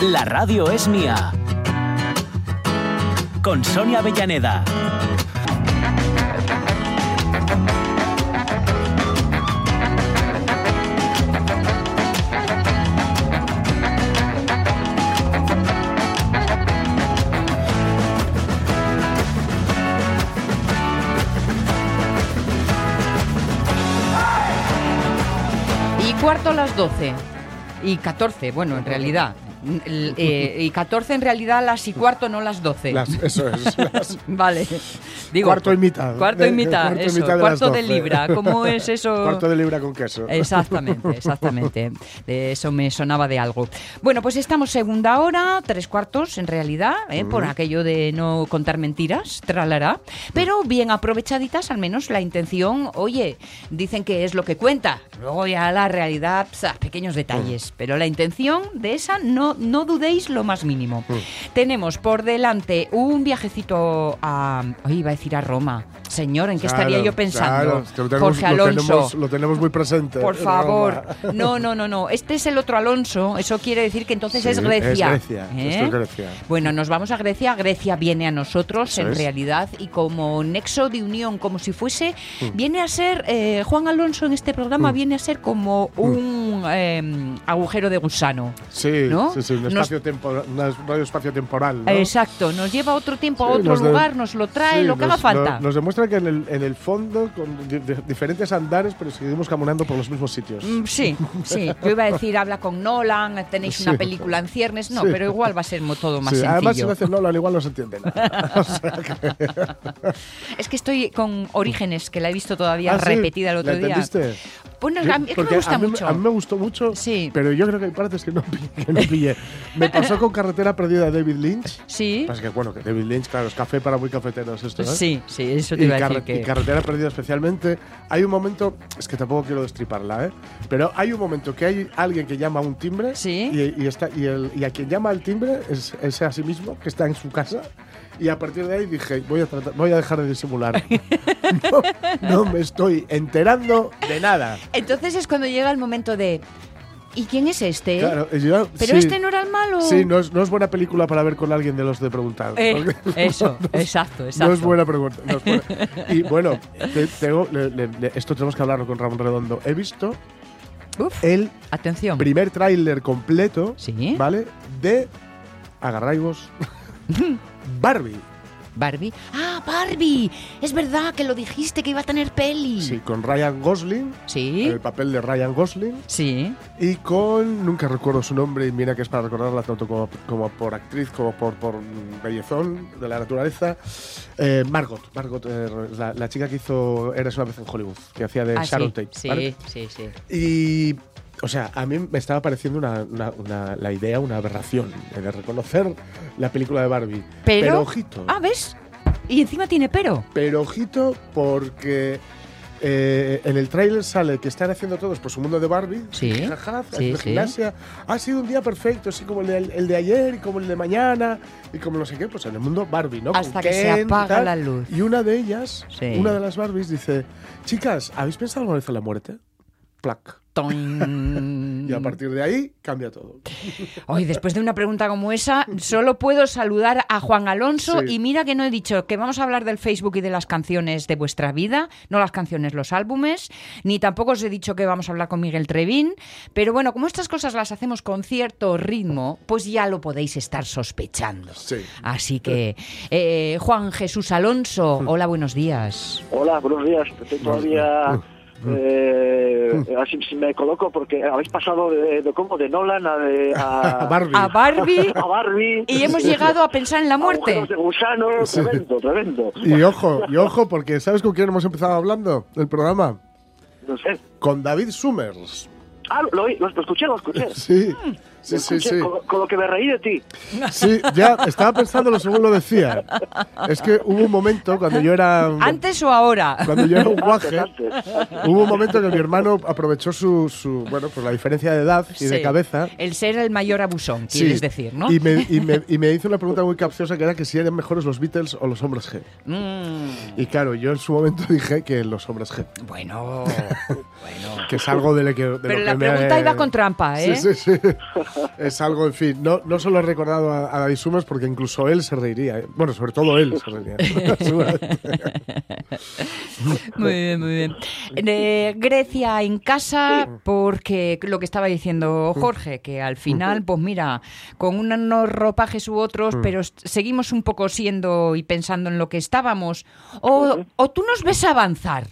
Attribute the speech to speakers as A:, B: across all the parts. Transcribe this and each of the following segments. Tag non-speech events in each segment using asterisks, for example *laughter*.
A: La radio es mía. Con Sonia Avellaneda.
B: Y cuarto a las 12. Y 14, bueno, en realidad. L- eh, y 14 en realidad las y cuarto, no las 12.
C: Las- eso es. las-
B: *laughs* Vale. Digo,
C: Cuarto y mitad.
B: Cuarto
C: De-
B: y
C: de-
B: mitad,
C: cuarto y
B: eso.
C: mitad de las
B: cuarto de
C: 12.
B: libra. ¿Cómo
C: *laughs*
B: es eso?
C: Cuarto de libra con queso. *laughs*
B: Exactamente, exactamente. De eso me sonaba de algo. Bueno, pues estamos segunda hora, tres cuartos en realidad, ¿eh? por aquello de no contar mentiras, tralará. Pero bien aprovechaditas, al menos la intención, oye, dicen que es lo que cuenta. Luego ya la realidad, psa, pequeños detalles. Pero la intención de esa no, no dudéis lo más mínimo. Tenemos por delante un viajecito a. Hoy iba a decir a Roma. Señor, ¿en qué estaría
C: Claro,
B: yo pensando?
C: claro, es que lo tenemos-
B: Jorge
C: lo
B: Alonso.
C: tenemos- Lo tenemos, muy presente.
B: Por
C: Roma.
B: favor. No, no, no, no. Este es el otro Alonso. Eso quiere decir que entonces
C: Sí,
B: es Grecia.
C: es Grecia,
B: ¿Eh?
C: esto es Grecia.
B: Bueno, nos vamos a Grecia. Grecia viene a nosotros
C: Eso
B: en
C: es.
B: realidad y como nexo de unión, como si fuese,
C: Mm.
B: viene a ser, eh, Juan Alonso en este programa viene a ser como
C: Mm.
B: un eh, agujero de gusano.
C: Sí,
B: ¿no?
C: sí, sí, un
B: Nos-
C: espacio, tempora- un radio espacio temporal. ¿no?
B: Exacto, nos lleva a otro tiempo, a
C: Sí,
B: otro
C: nos de-
B: lugar, nos lo trae,
C: sí,
B: lo que
C: nos-
B: haga falta.
C: no- Nos demuestra que en el, en el fondo, con di- di- diferentes andares, pero seguimos caminando por los mismos sitios.
B: Mm, Sí, sí. Yo iba a decir, habla con Nolan, tenéis una
C: Sí.
B: película en ciernes. No,
C: Sí.
B: pero igual va a ser mo- todo más
C: Sí,
B: sencillo.
C: además, si lo haces Nolan, igual no se entiende
B: *laughs*
C: nada. O sea que-
B: Es que estoy con Orígenes, que la he visto todavía
C: Ah, sí,
B: repetida el
C: ¿la
B: otro día.
C: entendiste?
B: Bueno,
C: Yo-
B: a mí, es que
C: porque
B: me gusta
C: a mí,
B: mucho.
C: a mí me gustó mucho,
B: Sí.
C: pero yo creo que hay partes que no, pillé- que no pillé. Me pasó con Carretera Perdida de David Lynch.
B: Sí, Pues
C: Pasa que, bueno, que David Lynch, claro, es café para muy cafeteros esto, ¿eh?
B: sí, sí, eso te
C: Y,
B: iba a decir
C: carre- y
B: que...
C: Carretera Perdida especialmente. Hay un momento, es que tampoco quiero destriparla, ¿eh? Pero hay un momento que hay alguien que llama a un timbre
B: Sí.
C: y, y está, y, el- y a quien llama al timbre es, es a sí mismo, que está en su casa. Y a partir de ahí dije, voy a, tratar- voy a dejar
B: *laughs*
C: de disimular. no, no me estoy enterando de nada.
B: Entonces es cuando llega el momento de... ¿Y quién es este?
C: Claro, y yo-
B: ¿Pero
C: sí.
B: este no era el malo?
C: Sí, no es, no es buena película para ver con alguien de los de preguntar.
B: Eh,
C: *laughs* Porque-
B: eso, exacto, exacto.
C: No es buena pregunta. no es buena. Y bueno, te- tengo- le- le- le- esto tenemos que hablarlo con Ramón Redondo. He visto
B: Uf,
C: el
B: atención.
C: primer tráiler completo,
B: Sí.
C: ¿vale? De
B: *laughs*
C: Agarraibos Barbie.
B: Barbie. ¡Ah, Barbie! Es verdad que lo dijiste que iba a tener peli.
C: Sí, con Ryan Gosling,
B: Sí.
C: el papel de Ryan Gosling,
B: Sí.
C: y con, nunca recuerdo su nombre, y mira que es para recordarla tanto como, como por actriz, como por, por bellezón de la naturaleza, eh, Margot, Margot eh, la, la chica que hizo Eres una vez en Hollywood, que hacía de
B: Ah,
C: Eh, Sharon
B: sí,
C: Tate.
B: sí,
C: ¿vale?
B: sí, sí.
C: Y, o sea, a mí me estaba pareciendo una, una- una- la idea, una aberración, eh, de reconocer la película de Barbie.
B: Pero-
C: ojito.
B: Ah, ¿ves? Y encima tiene pero.
C: Pero ojito porque eh, en el tráiler sale que están haciendo todos por su mundo de Barbie.
B: Sí,
C: *laughs* Jajaja,
B: sí,
C: la
B: sí.
C: gimnasia. Ha sido un día perfecto, así como el de, el de ayer y como el de mañana y como no sé qué, pues en el mundo Barbie, ¿no?
B: Hasta
C: Con
B: que se
C: Ken,
B: apaga
C: tal.
B: la luz.
C: Y una de ellas,
B: Sí.
C: una de las Barbies, dice, chicas, ¿habéis pensado alguna vez en la muerte? Plac.
B: Toin.
C: Y a partir de ahí cambia todo.
B: Hoy, después de una pregunta como esa, solo puedo saludar a Juan Alonso.
C: Sí.
B: Y mira que no he dicho que vamos a hablar del Facebook y de las canciones de vuestra vida, no las canciones, los álbumes, ni tampoco os he dicho que vamos a hablar con Miguel Trevín. Pero bueno, como estas cosas las hacemos con cierto ritmo, pues ya lo podéis estar sospechando.
C: Sí.
B: Así que, eh, Juan Jesús Alonso, hola, buenos días.
D: Hola, buenos días. Estoy todavía. eh, así si me coloco porque habéis pasado de, de- ¿cómo? de Nolan a, de,
C: *laughs*
D: a,
C: A Barbie.
B: *laughs* A Barbie.
D: a Barbie.
B: Y hemos llegado a pensar en la muerte.
D: Agujeros de gusano, tremendo, tremendo.
C: Y ojo, y ojo, porque ¿sabes con quién hemos empezado hablando el programa?
D: No sé.
C: Con David Summers.
D: Ah, lo, oí, lo, lo escuché, lo escuché.
C: Sí,
B: Mm,
C: sí,
D: Lo
C: sí,
D: escuché,
C: sí.
D: Con, con lo que me reí de ti.
C: Sí, ya estaba pensándolo según lo decía. Es que hubo un momento cuando yo era...
B: ¿Antes o ahora? *laughs*
C: Cuando yo era un guaje,
D: Antes,
C: hubo un momento que mi hermano aprovechó su, su bueno, pues la diferencia de edad y de
B: Sí.
C: cabeza.
B: El ser el mayor abusón, quieres decir, ¿no?
C: Y me, y, me, y me hizo una pregunta muy capciosa que era que si eran mejores los Beatles o los hombres G.
B: Mm,
C: Y claro, yo en su momento dije que los hombres G. *laughs*
B: bueno, bueno.
C: que salgo de lo que. de lo
B: Pero
C: que
B: la
C: me-
B: pregunta iba con trampa, ¿eh?
C: Sí, sí, sí. es algo, en fin, no, no solo he recordado a, a David Summers porque incluso él se reiría. ¿eh? Bueno, sobre todo él
B: *laughs*
C: se reiría. *laughs* seguramente.
B: Muy bien, muy bien. De Grecia en casa, porque lo que estaba diciendo Jorge, que al final, pues mira, con unos ropajes u otros, pero s- seguimos un poco siendo y pensando en lo que estábamos. O, o tú nos ves avanzar,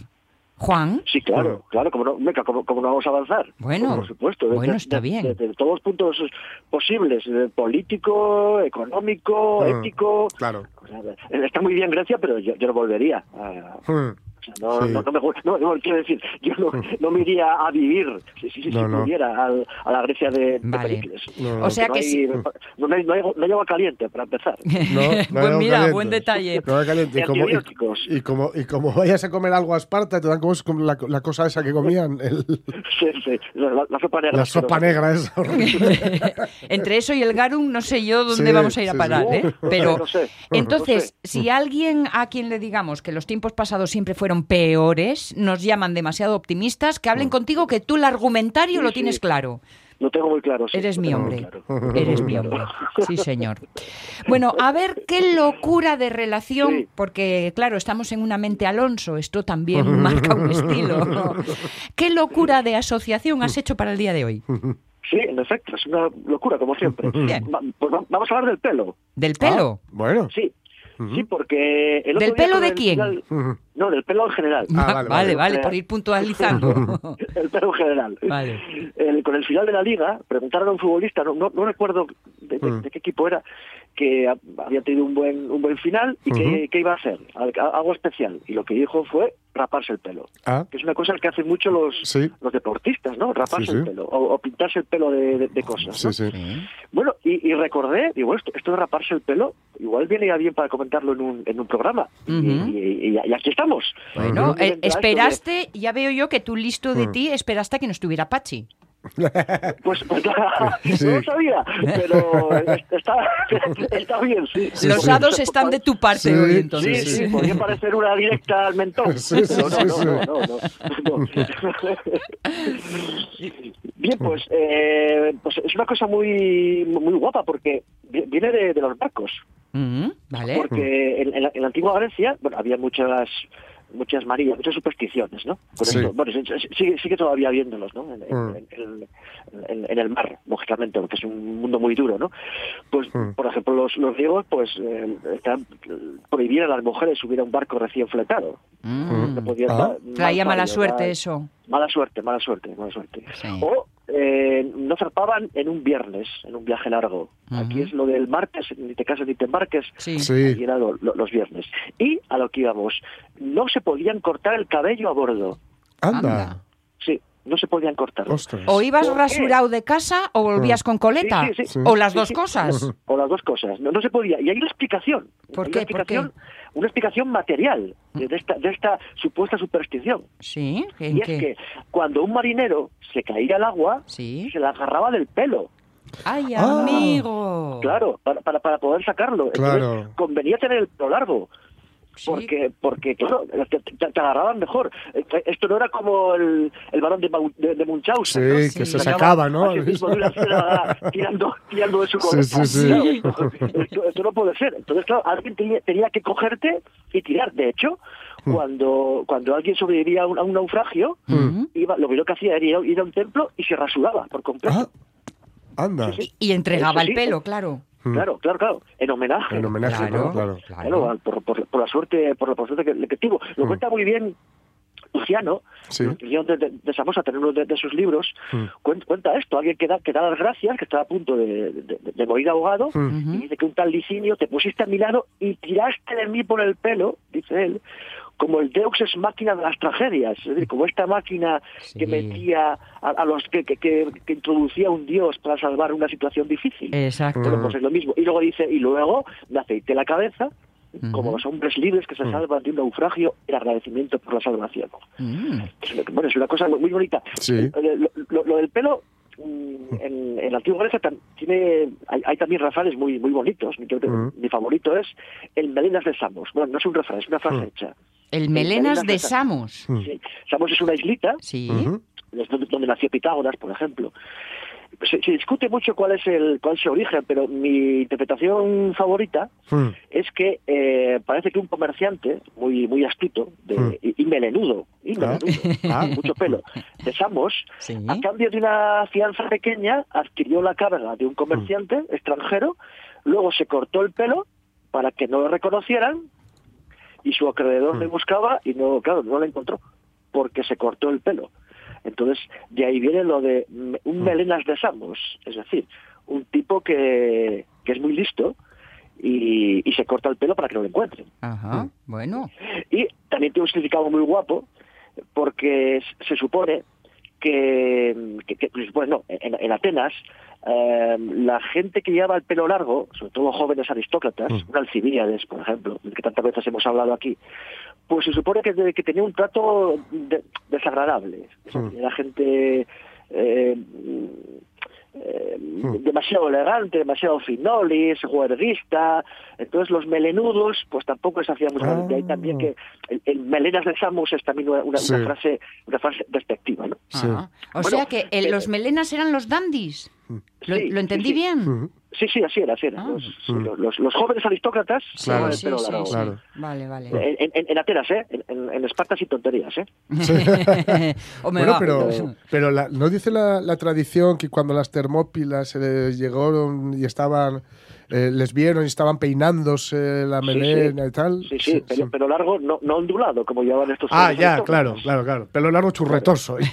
B: Juan.
D: Sí, claro, claro, como no, meca, como, como no vamos a avanzar.
B: Bueno,
D: por supuesto, desde-
B: bueno, está
D: desde-
B: bien.
D: Desde, todos los puntos posibles, eh, político, económico,
C: Mm,
D: ético.
C: claro.
D: O sea, eh, Está muy bien Grecia, pero yo, yo no volvería. a- o sea, no,
C: Sí. Mm.
D: no, no me gu- no, no, quiero decir, yo no, no me iría a vivir si, si, si
C: No, no.
D: pudiera al- a la Grecia de, de
B: Vale.
D: Pericles.
C: No, no.
B: O sea
D: no
B: que
D: hay-
B: sí.
D: no, hay- no hay- no hay agua caliente, para
B: *laughs*
D: empezar.
C: No, no hay
B: pues
C: agua
B: mira,
C: caliente.
B: buen detalle.
C: No hay agua caliente. Y como, y,
D: Antibióticos.
C: y como, y como vayas a comer algo a Esparta, te dan como, es como la, la cosa esa que comían,
D: *laughs*
C: el-
D: Sí, sí, la, la sopa negra.
C: la sopa
D: pero-
C: negra esa. horrible.
B: *laughs* Entre eso y el Garum, no sé yo dónde
C: Sí,
B: vamos a ir a
C: sí,
B: parar,
D: sí.
B: ¿eh? Pero
D: No sé, Mm. no
B: entonces,
D: sé.
B: si alguien a quien le digamos que los tiempos pasados siempre fueron peores, nos llaman demasiado optimistas, que hablen contigo que tú el argumentario
D: Mm. Sí,
B: lo
D: sí.
B: tienes claro.
D: Lo tengo muy claro. sí,
B: Eres
D: lo
B: mi
D: tengo muy
B: hombre.
D: claro.
B: Eres mi hombre. Sí,
D: *laughs*
B: señor. Bueno, a ver qué locura de relación,
D: Sí.
B: porque claro, estamos en una mente Alonso, esto
D: *laughs*
B: también marca un estilo. ¿Qué locura de asociación has hecho para el día de hoy?
D: Sí, en efecto, es una locura, como siempre.
C: *laughs*
B: Bien.
D: Va- pues va- vamos a hablar del pelo.
B: ¿Del pelo?
C: Ah, bueno.
D: Sí, sí, porque... El otro
B: ¿Del
D: día
B: pelo
D: con
B: de
D: el
B: quién?
D: final-
C: Ujú.
D: No, del pelo en general.
C: Ah,
B: Va- vale,
C: vale, vale.
B: vale, por ir puntualizando.
D: *laughs* El pelo en general.
B: Vale.
D: El- con el final de la liga, preguntaron a un futbolista, no, no, no recuerdo de, de-
C: Mm.
D: de qué equipo era, que ha- había tenido un buen, un buen final y que- qué, iba a hacer, al- a- algo especial. Y lo que dijo fue raparse el pelo.
C: Ah,
D: Que es una cosa que hacen mucho los,
C: Sí.
D: los deportistas, ¿no? Raparse
C: Sí, sí.
D: el pelo o, o pintarse el pelo de, de- de cosas.
C: sí,
D: ¿no?
C: sí.
D: Bueno, y, y recordé, digo, esto, esto de raparse el pelo, igual viene ya bien para comentarlo en un, en un programa. Y-
B: Ujú.
D: y, y- y- y aquí estamos.
B: Bueno,
D: Evidentemente,
B: eh, esperaste, ya veo yo que tú listo de ti, esperaste a que no estuviera Pachi.
D: esto de- Pues, *laughs* pues nada,
C: Sí.
D: no lo sabía,
B: *laughs*
D: pero está, está bien, sí.
B: Los hados están de tu parte
C: Sí,
B: hoy,
D: Sí,
B: entonces.
D: sí, podría parecer una directa al
C: *laughs*
D: mentón.
C: Sí, sí,
D: Pero no,
C: sí,
D: no,
C: sí.
D: no, no, no. Bien, pues, eh, pues es una cosa muy, muy guapa porque vi- viene de- de los barcos.
B: Mm,
C: ¿Eh?
B: vale.
D: Porque en, en la, en la antigua Grecia bueno, había muchas muchas marías, muchas supersticiones, ¿no? Con
C: Sí.
D: esto- bueno, sí- sí- sigue, sigue todavía viéndolos, ¿no? En, en-
C: Mm.
D: en- en- en el mar, lógicamente, porque es un mundo muy duro, ¿no? Pues,
C: Mm.
D: por ejemplo, los, los griegos, pues, eh, están- prohibían a las mujeres subir a un barco recién fletado.
B: Mm.
D: No podían
C: Ah.
D: dar-
B: Traía
D: mal
B: mala
D: pario,
B: suerte
D: mal-
B: eso.
D: Mala suerte, mala suerte, mala suerte.
B: Sí.
D: O eh, no zarpaban en un viernes, en un viaje largo. Aquí
B: Ujú.
D: es lo del martes, ni te casas ni te embarques.
B: Sí.
C: Sí.
D: Y era lo- lo- los viernes. Y a lo que íbamos, no se podían cortar el cabello a bordo.
C: Anda.
B: Anda.
D: Sí, no se podían cortar.
C: Ostras.
B: O ibas
D: ¿Por qué?
B: rasurado de casa o volvías con coleta.
D: Sí, sí, sí.
B: O las
D: Sí,
B: dos
D: sí.
B: cosas.
D: O las dos cosas. No, no se podía. Y hay una explicación.
B: ¿Por
D: Hay
B: qué?
D: Una
B: ¿Por
D: explicación, una explicación material de de esta, de esta supuesta superstición.
B: Sí, ¿en
D: Y es
B: qué?
D: que cuando un marinero se caía al agua,
B: Sí.
D: se la agarraba del pelo.
B: ¡Ay,
C: Ah.
B: amigo!
D: Claro, para, para, para poder sacarlo. Entonces,
C: Claro.
D: convenía tener el pelo largo.
B: Sí.
D: Porque, porque claro, te, te- te agarraban mejor. Esto no era como el, el varón de, Mau- de, de Munchausen.
C: Sí,
D: ¿no?
B: Sí.
C: que se sacaba, ¿no? *laughs*
D: Así mismo, de una piedra, tirando, tirando de su
C: Sí,
D: cabeza.
C: sí, sí.
D: Claro, esto, esto- esto no puede ser. Entonces, claro, alguien tenía, tenía que cogerte y tirar. De hecho,
C: Mm.
D: cuando, cuando alguien sobrevivía a un, a un naufragio, iba, lo primero que hacía era ir a- ir a un templo y se rasuraba por completo.
C: *laughs* Ah, anda.
B: Y, y entregaba
D: Eso
B: el
D: sí.
B: pelo, claro.
D: Claro, claro, claro. En homenaje.
C: mm. En homenaje, ¿no? Claro.
D: Claro, al- por, por- por la suerte, por la, por la suerte que, que tuvo.
C: Mm.
D: Lo cuenta muy bien Luciano,
C: Sí.
D: Luciano de, de, de Samosa, tener uno de, de sus libros, cuen- cuenta esto, alguien que da, que da las gracias, que estaba a punto de, de- de morir ahogado, y dice que un tal Licinio te pusiste a mi lado y tiraste de mí por el pelo, dice él, como el Deux es máquina de las tragedias, es decir, como esta máquina
B: Sí.
D: que metía a, a los que, que- que- que introducía un dios para salvar una situación difícil.
B: Eh. Exacto.
D: Bueno, pues es lo mismo. Y luego dice, y luego me aceité la cabeza, como los hombres libres que se salvan de un naufragio, el agradecimiento por la salvación.
B: Mm.
D: Bueno, es una cosa muy bonita. Eh,
C: Sí.
D: Lo, lo- lo del pelo, mm, en, en la antigua Grecia tam- tiene, hay, hay también refranes muy, muy bonitos. Yo creo que
C: Mm.
D: Mi favorito es el melenas de Samos. Bueno, no es un refrán, es una frase
C: Mm.
D: hecha.
B: El melenas
D: Melenas
B: de
D: de Sa-
B: Samos.
D: Sí. Samos es una islita
B: Sí.
D: es donde, donde nació Pitágoras, por ejemplo. se, se discute mucho cuál es el cuál es su origen, pero mi interpretación favorita
C: Mm.
D: es que eh, parece que un comerciante muy muy astuto de-
C: Mm.
D: y, y melenudo, y
C: Ah.
D: melenudo,
C: *laughs* Ah.
D: mucho pelo, de Samos,
B: Sí.
D: a cambio de una fianza pequeña, adquirió la carga de un comerciante extranjero, luego se cortó el pelo para que no lo reconocieran y su acreedor le buscaba y no, claro, no lo encontró porque se cortó el pelo. Entonces, de ahí viene lo de me- un melenas de Samos, es decir, un tipo que, que es muy listo y, y se corta el pelo para que no lo encuentren.
B: Ajá, bueno.
D: Y también tiene un significado muy guapo, porque s- se supone que, que- que- se supone, no, en, en Atenas, eh, la gente que llevaba el pelo largo, sobre todo jóvenes aristócratas, un Alcibíades, por ejemplo, del que tantas veces hemos hablado aquí, pues se supone que, que tenía un trato de- desagradable. Es decir, Era gente eh, eh, demasiado elegante, demasiado finolis, juerguista. Entonces los melenudos, pues tampoco les hacía mucha
C: Ah.
D: De ahí también que el, el melenas de Samos es también una, una-
C: Sí.
D: una frase, una frase despectiva, ¿no?
C: Sí.
B: Ajá. O
D: Bueno,
B: sea que el-
D: eh,
B: los melenas eran los dandies. ¿Lo,
D: Sí,
B: lo entendí
D: sí, sí.
B: bien?
C: Mm.
D: Sí, sí, así era, así era.
B: Ah.
D: Los, sí, los- los- los jóvenes aristócratas,
C: Claro.
D: llevaban el pelo largo.
C: sí. Mm. Claro.
B: Vale, vale.
D: En, en- en Atenas, ¿eh? En, en, en Esparta sin tonterías, ¿eh?
B: *laughs* Hombre,
C: Bueno,
B: va. pues,
C: pero, pero la- ¿no dice la, la tradición que cuando las termópilas se les llegaron y estaban, eh, les vieron y estaban peinándose la
D: sí.
C: melena y tal?
D: Sí, sí, pero, pero largo, no, no ondulado, como llevaban estos
C: Ah,
D: jóvenes
C: ya, claro,
D: aristócratas.
C: claro, claro. Pelo largo churretoso. *laughs*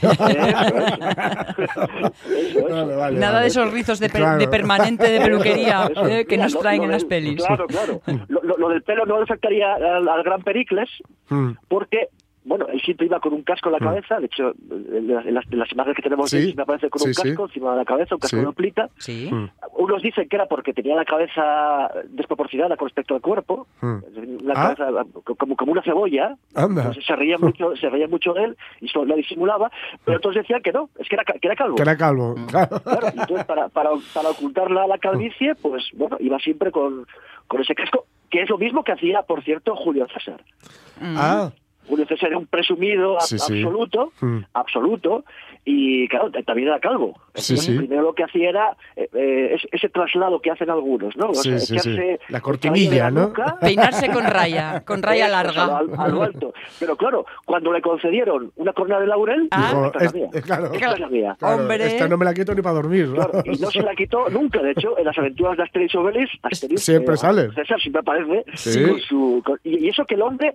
D: Eh, Eso, eso. Eso,
C: Vale,
D: eso.
C: vale,
B: Nada
C: vale.
B: de esos rizos de, per-
C: Claro.
B: de permanente *laughs* de
C: *laughs*
B: peluquería
D: Eso.
B: eh, que
D: Mira,
B: nos
D: lo-
B: traen
D: lo
B: en las
D: del-
B: pelis. *laughs*
D: Claro, claro. Lo, lo- lo del pelo no le afectaría al, al gran Pericles
C: Mm.
D: porque, bueno, él siempre iba con un casco en la cabeza. De hecho, en las, en las- en las imágenes que tenemos
C: Sí.
D: de él, me aparece con
C: Sí,
D: un
C: sí.
D: casco encima de la cabeza, un casco
C: Sí.
D: de plita.
B: Sí.
C: Mm.
D: Unos dicen que era porque tenía la cabeza desproporcionada con respecto al cuerpo,
C: Mm.
D: una
C: Ah.
D: cabeza como, como una cebolla.
C: Anda.
D: Entonces se reía mucho, se reía mucho de él y solo la disimulaba, pero otros decían que no, es que era, ca- que era calvo.
C: Que era calvo.
D: Mm.
C: claro.
D: Claro, y entonces para, para, para ocultar la, la calvicie, pues bueno, iba siempre con, con ese casco, que es lo mismo que hacía, por cierto, Julio César. Mm.
C: Ah,
D: Julio César era un presumido ab-
C: Sí, sí.
D: absoluto,
C: Mm.
D: absoluto, y claro, t- también era calvo.
C: Sí,
D: Entonces,
C: sí.
D: Primero lo que hacía era eh, eh, es- ese traslado que hacen algunos, ¿no? O
C: Sí, sí, sí.
D: echarse
C: La
D: el cabello de
C: cortinilla,
D: la
C: ¿no?
D: nuca,
B: Peinarse con raya, con raya
D: *laughs* eh, pues,
B: larga.
D: a lo- a lo alto. Pero claro, cuando le concedieron una corona de laurel,
B: Ah.
D: dijo,
C: dijo,
D: esta es
C: es-
D: la mía,
C: es- claro,
D: esta es la mía.
C: claro,
B: Hombre.
C: Esta no me la quito ni para dormir.
D: Claro, y
C: *laughs*
D: no se la quitó nunca, de hecho, en las aventuras de Asterix y Obelix, Asterix, eh,
C: Siempre sale.
D: César siempre aparece.
C: Sí. Mm.
D: con su- con- y, y eso que el hombre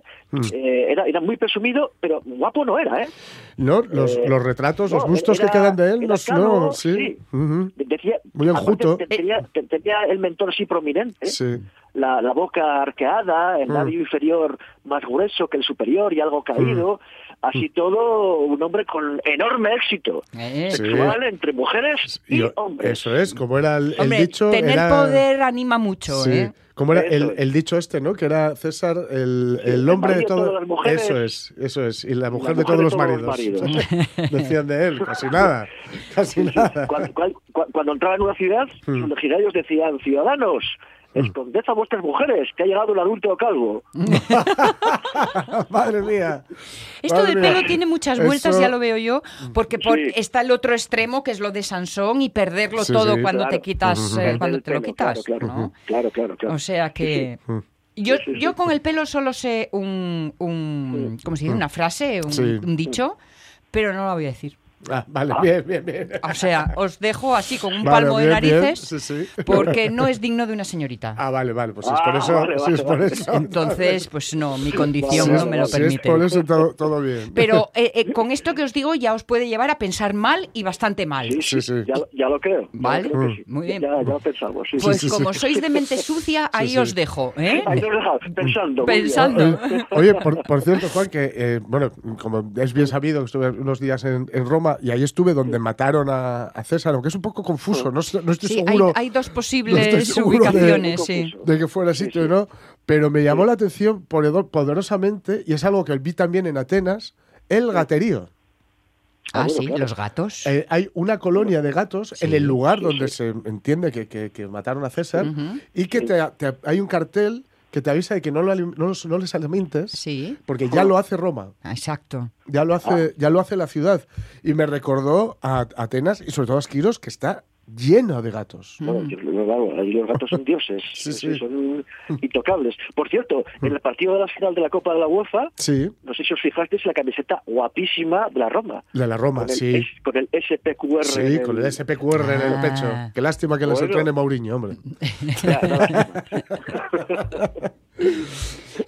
D: eh, era, era muy presumido, pero guapo no era, ¿eh?
C: No, los,
D: Eh,
C: los retratos, los
D: no,
C: gustos
D: era-
C: que quedan de él,
D: era
C: no, sé,
D: calvo,
C: no, sí.
D: sí.
C: Ujú.
D: De- Decía,
C: Muy enjuto.
D: aparte, te- Tenía, te- tenía el mentón así prominente,
C: Sí. Mm.
D: la, la boca arqueada, el labio inferior más grueso que el superior y algo caído.
C: Mm.
D: Así todo, un hombre con enorme éxito
B: Eh.
D: sexual entre mujeres y,
C: Y o-
D: hombres.
C: Eso es, como era el, el
B: Hombre,
C: dicho.
B: tener
C: era-
B: poder anima mucho,
C: Sí,
B: ¿eh?
C: Como era
D: Eso
C: el,
D: es.
C: el dicho este, ¿no? Que era César el, el
D: el
C: hombre de
D: marido de
C: todo-
D: todas las mujeres.
C: Eso es, eso es. Y la mujer,
D: mujer
C: de todos los maridos. *laughs*
B: *laughs*
C: Decían de él, casi nada. Casi nada. *laughs*
D: cuando, cual- cua- cuando entraba en una ciudad,
C: Mm.
D: sus legionarios decían, ciudadanos, esconded a vuestras mujeres, que ha llegado el adulto calvo.
C: Ah, Madre mía.
B: Esto
C: Madre
B: del
C: mía.
B: pelo tiene muchas vueltas,
C: Eso-
B: ya lo veo yo, porque por-
D: Sí.
B: está el otro extremo que es lo de Sansón y perderlo
C: Sí,
B: todo
C: sí.
B: cuando te
D: Claro.
B: quitas, eh, cuando
D: El
B: te lo
D: pelo,
B: quitas,
D: Claro, claro,
B: ¿no?
D: claro, claro, claro.
B: O sea que yo, yo con el pelo solo sé un, un ¿cómo se dice? Una frase, un,
C: Mm. Sí.
B: un dicho, pero no la voy a decir.
C: Ah, vale, bien, bien, bien.
B: O
C: *laughs*
B: sea, os dejo así con un
C: Vale,
B: palmo de
C: bien, bien.
B: narices
C: Sí, sí.
B: porque
C: *laughs*
B: no es digno de una señorita.
C: Ah, vale, vale. Pues si es por
D: Ah,
C: eso.
D: vale,
C: si
D: vale,
C: es por
D: vale.
C: eso.
B: Entonces, pues no, mi
C: *laughs* si
B: condición
C: es-
B: no me lo
C: si es
B: permite.
C: por eso todo, todo bien.
B: Pero eh,
C: *laughs*
B: eh, con esto que os digo ya os puede llevar a pensar mal y bastante mal.
D: Sí, sí,
C: Sí, Mm. sí.
D: Ya, lo- ya lo creo. ya
B: Vale,
D: lo creo que sí.
B: muy bien.
D: Ya, ya lo pensamos, sí.
B: Pues
D: sí, sí.
B: como sois de mente sucia, ahí
C: sí.
B: os dejo. ¿eh?
D: Ahí nos dejas, pensando. muy bien.
B: Pensando.
C: Eh, Oye, por, por cierto, Juan, que, eh, bueno, como es bien sabido, estuve unos días en, en Roma y ahí estuve donde mataron a, a César, aunque es un poco confuso,
B: Mm.
C: no, sé- no estoy
B: Sí, hay,
C: seguro
B: hay dos
C: no estoy
B: posibles
C: seguro de-
B: ubicaciones, sí.
C: de que fuera sitio, ¿no? Pero me llamó la atención podedo- poderosamente, y es algo que vi también en Atenas, el gaterío.
B: Ah, sí, los gatos.
C: Eh, hay una colonia de gatos en el lugar donde se entiende que, que- que mataron a César y que te- te- hay un cartel que te avisa de que no, lo alim- no los- no les alimentes
B: Sí,
C: porque ya lo hace Roma.
B: exacto.
C: Ya lo hace, ya lo hace la ciudad. Y me recordó a Atenas y sobre todo a Esquiros, que está llena de gatos.
D: Ah, Bueno, yo- yo- claro, ahí los gatos son dioses,
C: Sí,
D: sí,
C: sí.
D: son intocables. Por cierto, en el partido de la final de la Copa de la UEFA,
C: Sí,
D: no sé si os fijasteis la camiseta guapísima de la Roma.
C: la de la Roma,
D: Con el,
C: sí.
D: S- con el SPQR.
C: Sí,
D: en
C: con el SPQR en el
B: Ah.
C: pecho. Qué lástima que les
D: Bueno.
C: entrene Mauriño, hombre.
D: Ya, nada.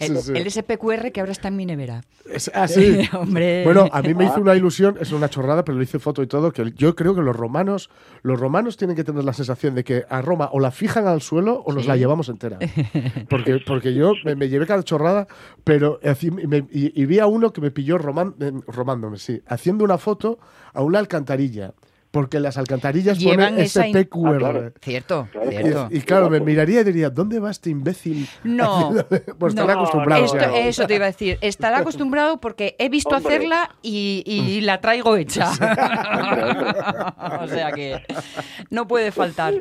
B: El,
C: Sí, sí.
B: el SPQR que ahora está en mi nevera.
C: Es- ah, sí.
B: *laughs* Hombre.
C: Bueno, a mí me hizo una ilusión, es una chorrada, pero le hice foto y todo, que yo creo que los romanos, los romanos tienen que tener la sensación de que a Roma o la fijan al suelo o nos la
B: *laughs*
C: llevamos entera. Porque, porque yo me, me llevé cada chorrada, pero así me- y, y vi a uno que me pilló roman- eh, romándome, sí, haciendo una foto a una alcantarilla. Porque las alcantarillas
B: Llevan
C: ponen
B: esa in-
C: SPQR.
D: Ah, claro.
B: Cierto,
D: Claro que
B: cierto.
C: Y, y claro, me miraría y diría, ¿dónde va este imbécil? *laughs*
B: No.
C: pues estará
B: No,
C: acostumbrado.
B: Esto-
C: ya.
B: Eso te iba a decir. Estará acostumbrado porque he visto
D: Hombre.
B: hacerla y,
C: Mm.
B: y la traigo hecha. *laughs* o sea que no puede faltar.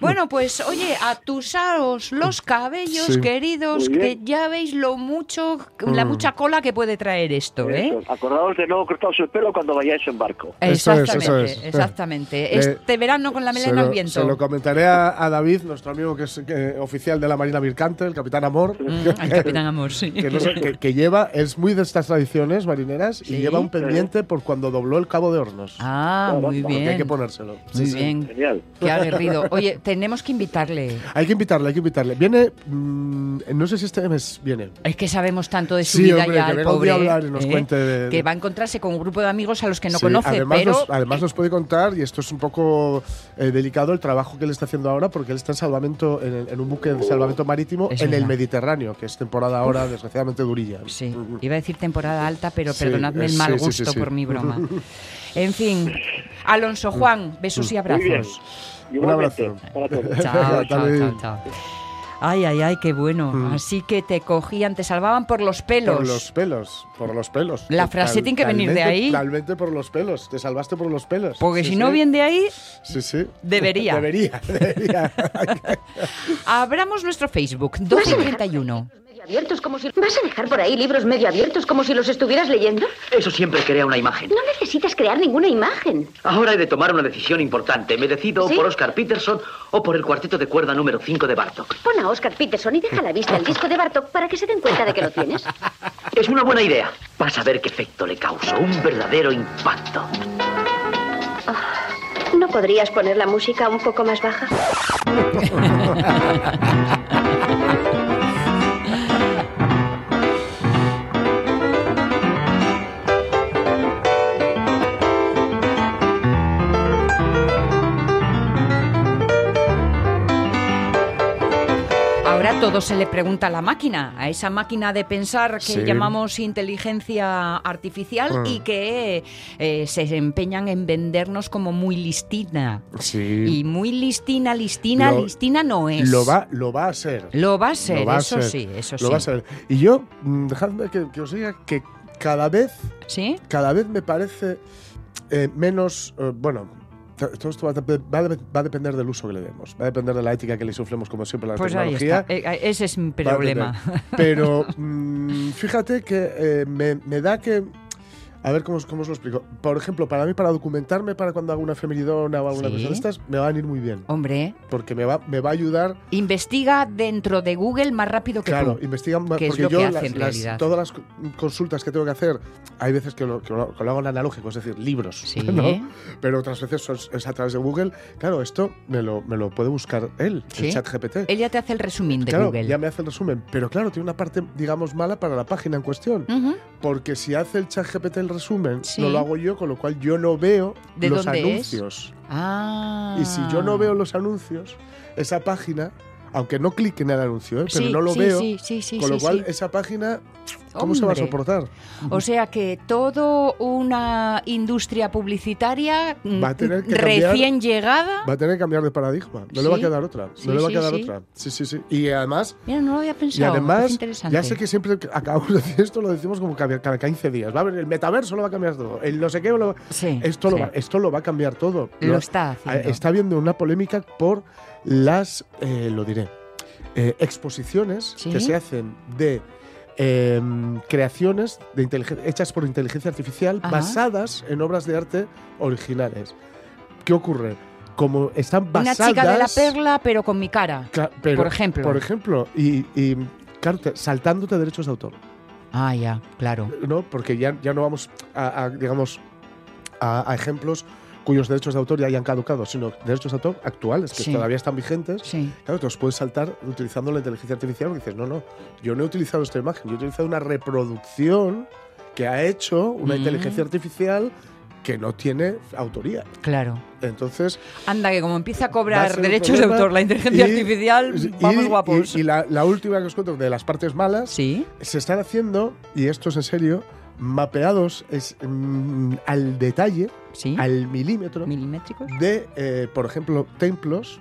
B: Bueno, pues oye, atusaos los cabellos,
C: Sí. Mm.
B: queridos,
D: Muy
B: que
D: bien.
B: ya veis lo mucho, la mucha cola que puede traer esto, *laughs* ¿eh?
D: Eso. Acordaos de no cortaros el pelo cuando vayáis en barco.
C: Eso es,
B: Exactamente,
C: eso es.
B: exactamente.
C: Eh,
B: este verano con la melena
C: se
B: al
C: lo,
B: viento.
C: se lo comentaré a, a David, nuestro amigo que es eh, oficial de la Marina Mercante, el Capitán Amor. *laughs*
B: Mm, al Capitán Amor, sí.
C: Que, no sé- que- que lleva, es muy de estas tradiciones marineras
B: Sí.
C: y lleva un pendiente por cuando dobló el cabo de hornos.
B: Ah, muy
C: Porque
B: bien.
C: hay que ponérselo.
B: Muy
C: Sí, sí.
B: bien.
D: Genial.
B: Qué aguerrido. Oye, tenemos que invitarle.
C: Hay que invitarle, hay que invitarle. Viene, mm, no sé si este mes viene.
B: Es que sabemos tanto de su
C: Sí,
B: vida
C: hombre,
B: ya,
C: que
B: el
C: venga un
B: pobre. ¿eh?
C: día a hablar y nos cuente de-
B: Que va a encontrarse con un grupo de amigos a los que no
C: Sí,
B: conoce,
C: además,
B: pero.
C: nos, además nos puede contar, y esto es un poco eh, delicado, el trabajo que él está haciendo ahora, porque él está en salvamento, en, el- en un buque de salvamento marítimo
B: Es
C: en el
B: verdad.
C: Mediterráneo, que es temporada ahora desgraciadamente durilla. Mm,
B: Sí, iba a decir temporada alta, pero
C: Sí,
B: perdonadme
C: eh,
B: el mal
C: sí, sí,
B: gusto
C: sí, sí.
B: por mi
C: *laughs*
B: broma. En fin, Alonso Juan, besos y
D: Muy bien.
B: abrazos.
C: Un abrazo.
D: Igualmente, para todos.
B: Chao, chao,
C: David.
B: chao, chao. Ay, ay, ay, qué bueno. Así que te cogían, te salvaban por los pelos.
C: Mm. Por los pelos, por los pelos.
B: La frase tiene que venir de
C: talmente-
B: ahí.
C: Talmente por los pelos, te salvaste por los pelos.
B: Porque
C: Sí,
B: si no
C: sí.
B: bien de ahí,
C: Sí, sí.
B: Debería.
C: *laughs* debería, debería.
B: *laughs* abramos nuestro Facebook, 1231.
E: medio abiertos como si... ¿Vas a dejar por ahí libros medio abiertos como si los estuvieras leyendo?
F: Eso siempre crea una imagen.
E: No necesitas crear ninguna imagen.
F: Ahora he de tomar una decisión importante. Me decido
E: ¿Sí?
F: por Oscar Peterson o por el cuarteto de cuerda número 5 de Bartok.
E: Pon a Oscar Peterson y deja a la vista el disco de Bartok para que se den cuenta de que lo tienes.
F: Es una buena idea. Vas a ver qué efecto le causó. Un verdadero impacto.
E: ¿No podrías poner la música un poco más baja?
B: Ahora todo se le pregunta a la máquina, a esa máquina de pensar que
C: Sí.
B: llamamos inteligencia artificial
C: Mm.
B: y que eh, se empeñan en vendernos como muy listina.
C: Sí.
B: Y muy listina, listina,
C: Lo-
B: listina no es.
C: Lo va, lo va a ser.
B: Lo va a ser,
C: Lo va a
B: eso
C: ser.
B: sí, eso
C: Lo va a
B: sí.
C: ser. Y yo, mm, dejadme que, que os diga que cada vez,
B: ¿Sí?
C: cada vez me parece eh, menos. eh, bueno, t- todo esto va a, dep- va a dep- va a depender del uso que le demos. Va a depender de la ética que le insuflemos, como siempre, a la
B: Pues ahí
C: tecnología.
B: está. Eh, eh, Ese es mi
C: Va a depender.
B: problema.
C: Pero mm, fíjate que eh, me, me da que. A ver cómo, os- cómo os lo explico. Por ejemplo, para mí, para documentarme, para cuando hago una femeridona o alguna
B: Sí. Oh.
C: cosa de estas, me van a ir muy bien.
B: *laughs* Hombre,
C: Porque me va, me va a ayudar
B: investiga dentro de Google más rápido que
C: Claro,
B: tú.
C: investigan más.
B: que es
C: Porque
B: lo que
C: yo
B: hace
C: las-
B: en
C: las-
B: realidad.
C: todas las co- consultas que tengo que hacer, hay veces que lo, que lo- que lo hago en analógico, es decir, libros.
B: Sí.
C: *laughs* ¿no? Pero otras veces son- es a través de Google. Claro, esto me lo, me lo puede buscar él,
B: Sí.
C: el chat GPT.
B: Ella te hace el resumen de
C: claro,
B: Google.
C: ya me hace el resumen. Pero claro, tiene una parte, digamos, mala para la página en cuestión.
B: Ujú.
C: Porque si hace el chat GPT el resumen,
B: Mm. Sí.
C: no lo hago yo, con lo cual yo no veo
B: ¿De
C: los
B: dónde es?
C: anuncios.
B: Ah.
C: Y si yo no veo los anuncios, esa página, aunque no clique en el anuncio, ¿eh? pero
B: Sí,
C: no lo
B: sí,
C: veo,
B: sí, sí, sí,
C: con lo
B: sí,
C: cual
B: sí.
C: esa página, ¿cómo se va a
B: Hombre.
C: soportar?
B: O sea que toda una industria publicitaria mm,
C: Va a tener que cambiar-
B: recién llegada.
C: Va a tener que cambiar de paradigma, no le va a
B: Sí.
C: quedar otra, no
B: Sí,
C: le va a
B: sí,
C: quedar
B: sí.
C: otra. Sí, sí, sí. Y además,
B: Mira, no lo había pensado.
C: y
B: es
C: además
B: interesante.
C: ya sé que siempre que acabamos de decir esto, lo decimos como cada cada 15 días. Va a haber el metaverso, lo va a cambiar todo. El no sé qué, lo va-
B: Sí,
C: esto, lo
B: sí.
C: va, esto lo va a cambiar todo.
B: Lo está haciendo.
C: Está habiendo una polémica por las, eh, lo diré, eh, exposiciones
B: Sí.
C: que se hacen de em, creaciones de inteligen- hechas por inteligencia artificial
B: Ajá.
C: basadas en obras de arte originales. ¿Qué ocurre? como están
B: Una
C: basadas...
B: chica de la perla, pero con mi cara.
C: Cla- pero,
B: por ejemplo.
C: Por ejemplo, y, y, claro, te- saltándote derechos de autor,
B: Ah, ya, claro.
C: ¿no? Porque ya, ya no vamos a, a, digamos, a, a ejemplos cuyos derechos de autor ya hayan caducado, sino derechos de autor actuales, que
B: Sí.
C: todavía están vigentes.
B: Sí.
C: Claro, te los puedes saltar utilizando la inteligencia artificial porque dices, no, no, yo no he utilizado esta imagen, yo he utilizado una reproducción que ha hecho una
B: Mm.
C: inteligencia artificial que no tiene autoría.
B: Claro.
C: Entonces,
B: Anda, que como empieza a
C: va a
B: cobrar
C: ser un
B: derechos de
C: problema
B: autor la inteligencia
C: y-
B: artificial,
C: y-
B: vamos
C: y-
B: guapos.
C: Y, la, la última que os cuento de las partes malas,
B: sí.
C: se están haciendo, y esto es en serio, mapeados es, mm, al detalle,
B: Sí.
C: al milímetro,
B: Milimétricos.
C: de, eh, por ejemplo, templos.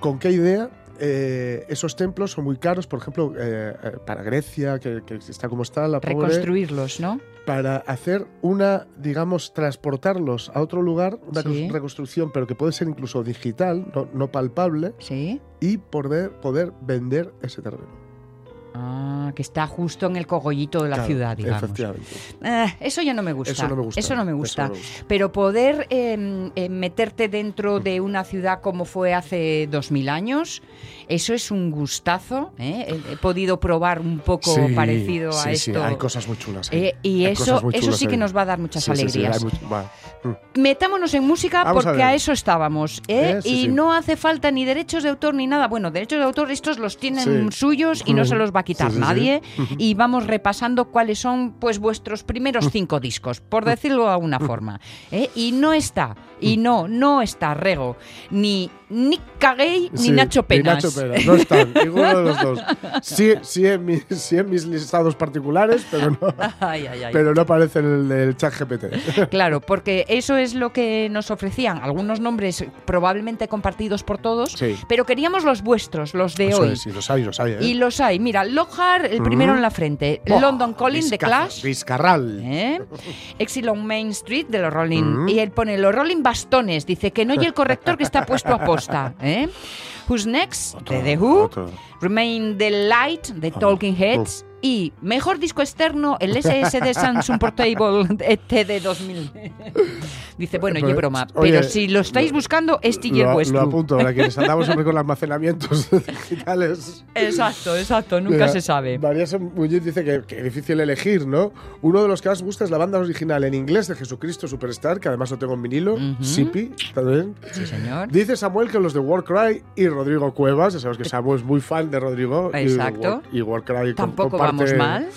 C: ¿Con qué idea? Eh, esos templos son muy caros, por ejemplo, eh, eh, para Grecia, que, que está como está la pobre,
B: Reconstruirlos, ¿no?
C: para hacer una, digamos, transportarlos a otro lugar, una
B: Sí.
C: reconstrucción, pero que puede ser incluso digital, no, no palpable,
B: Sí.
C: y poder, poder vender ese terreno.
B: Ah, que está justo en el cogollito de la
C: Claro,
B: ciudad, digamos.
C: Efectivamente.
B: Eh, eso ya no me gusta.
C: Eso no me gusta.
B: Eso no me
C: Eso
B: gusta.
C: no me gusta.
B: Pero poder eh, eh, meterte dentro de una ciudad como fue hace 2000 años, eso es un gustazo. ¿eh? He, he podido probar un poco
C: Sí,
B: parecido
C: sí,
B: a
C: sí,
B: esto.
C: hay cosas muy chulas. ahí.
B: Eh, y
C: Hay
B: eso-
C: cosas muy
B: eso sí
C: ahí.
B: que nos va a dar muchas
C: Sí, sí, sí,
B: alegrías.
C: hay mucho- va. Mm.
B: Metámonos en música
C: Vamos a
B: porque a,
C: ver.
B: eso estábamos. ¿eh?
C: Eh, sí,
B: y
C: sí.
B: no hace falta ni derechos de autor ni nada. Bueno, derechos de autor estos los tienen
C: Sí.
B: suyos y no se los va a
C: Sí,
B: quitar
C: sí, sí. *laughs*
B: nadie. Y vamos repasando cuáles son pues vuestros
C: *laughs*
B: primeros cinco discos, por decirlo de alguna forma. ¿eh? Y no está,
C: *laughs*
B: y no, no está Rego, ni Nick Cagay ni
C: Sí,
B: Nacho Penas.
C: Nacho Penas, no están, ninguno de los dos. Sí, sí, en mis, sí en mis listados particulares,
B: *laughs*
C: pero no,
B: *laughs* Ay, ay, ay.
C: pero no aparece en el del chat GPT. *laughs*
B: Claro, porque eso es lo que nos ofrecían. Algunos nombres probablemente compartidos por todos,
C: Sí.
B: pero queríamos los vuestros, los de hoy.
C: sí, los hay, los hay. ¿eh?
B: Y los hay. Mira, Lockhart, el primero en la frente.
C: Buah,
B: London Calling, de
C: Vizca-
B: Clash.
C: Vizcarral.
B: ¿eh? Exil on Main Street de los Rolling.
C: Mm.
B: Y él pone los Rolling Bastones. Dice que no y el corrector que está puesto a posta. ¿eh? Who's Next de The Who.
C: otro. Ah,
B: Remain the Light de Talking Heads. Y mejor disco externo, el SSD Samsung Portable *laughs* E de 2000. *laughs* Dice, bueno, yo
C: Pues,
B: broma.
C: oye,
B: pero si lo estáis
C: lo-
B: buscando, este y el
C: Lo,
B: vuestro.
C: lo apunto,
B: *laughs*
C: para que les andamos siempre con los almacenamientos *laughs* digitales.
B: Exacto, exacto. Nunca
C: Mira,
B: se sabe.
C: María San- Muñiz dice que, que difícil elegir, ¿no? Uno de los que más gusta es la banda original en inglés de Jesucristo Superstar, que además lo tengo en vinilo,
B: Ujú.
C: Sipi, también.
B: Sí, señor.
C: Dice Samuel que los de Warcry y Rodrigo Cuevas, ya sabes que Samuel es muy fan de Rodrigo y
B: Eh. Exacto.
C: War- y, Warcry com-
B: Tampoco
C: comparte-
B: vamos mal.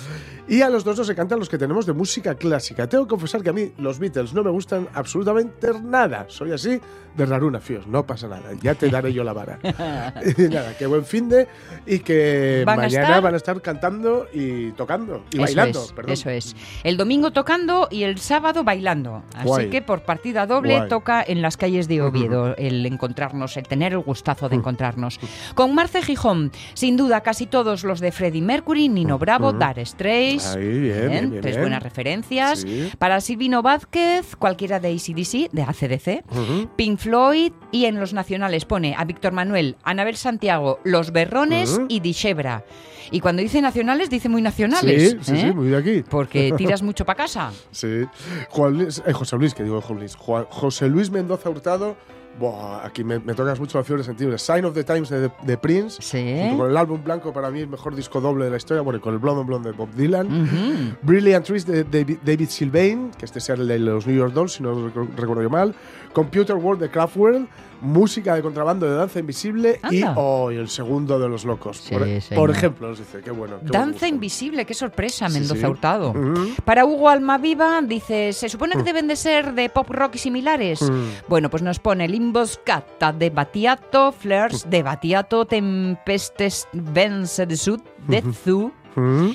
C: Y a los dos nos encantan los que tenemos de música clásica. Tengo que confesar que a mí los Beatles no me gustan absolutamente nada. Soy así de raruna, fíos, no pasa nada. Ya te daré yo
B: *laughs*
C: la vara. y nada, que buen fin de y que
B: Van a
C: mañana
B: estar-
C: van a estar cantando y tocando y
B: Eso
C: bailando,
B: es,
C: perdón.
B: Eso es. El domingo tocando y el sábado bailando. Así
C: Guay.
B: que por partida doble
C: Guay.
B: toca en las calles de Oviedo el encontrarnos, el tener el gustazo de encontrarnos. Con Marce Gijón, sin duda casi todos los de Freddie Mercury, Nino Bravo, Dar Straits.
C: Ahí, bien, bien, bien,
B: tres
C: bien.
B: buenas referencias.
C: Sí.
B: Para Silvino Vázquez, cualquiera de ACDC, de ACDC, Pink Floyd y en los nacionales pone a Víctor Manuel, Anabel Santiago, Los Berrones
C: Ujú.
B: y Dishebra. Y cuando dice nacionales, dice muy nacionales.
C: Sí, sí, sí,
B: ¿eh?
C: muy de aquí. *laughs*
B: Porque tiras mucho para casa.
C: Sí. Juan Luis- eh, José Luis, que digo Juan Luis. Juan- José Luis Mendoza Hurtado. Buah, aquí me, me tocas mucho la fiebre sensible. Sign of the Times de, de Prince.
B: Sí.
C: junto con el álbum blanco para mí, el mejor disco doble de la historia. Bueno, y con el Blonde on Blonde de Bob Dylan.
B: Mm. Ujú.
C: Brilliant Trees de David, David Sylvain, que este sea el de los New York Dolls, si no recu- recuerdo yo mal. Computer World de Kraftwerk. Música de contrabando de Danza Invisible. Y,
B: Anda.
C: oh, y el segundo de los locos.
B: Sí,
C: por,
B: señor.
C: por ejemplo, nos dice, qué bueno. qué buen
B: Danza
C: gusto. Mm-hmm.
B: invisible, qué sorpresa,
C: Sí,
B: Mendoza
C: sí. Mm.
B: Hurtado.
C: Ujú.
B: Para Hugo Almaviva, dice, se supone que
C: Mm.
B: deben de ser de pop rock y similares. Bueno, pues nos pone Limboscata de Batiato, Flares de Batiato, Tempestes Vence de Sud, de Zu,
C: Ujú.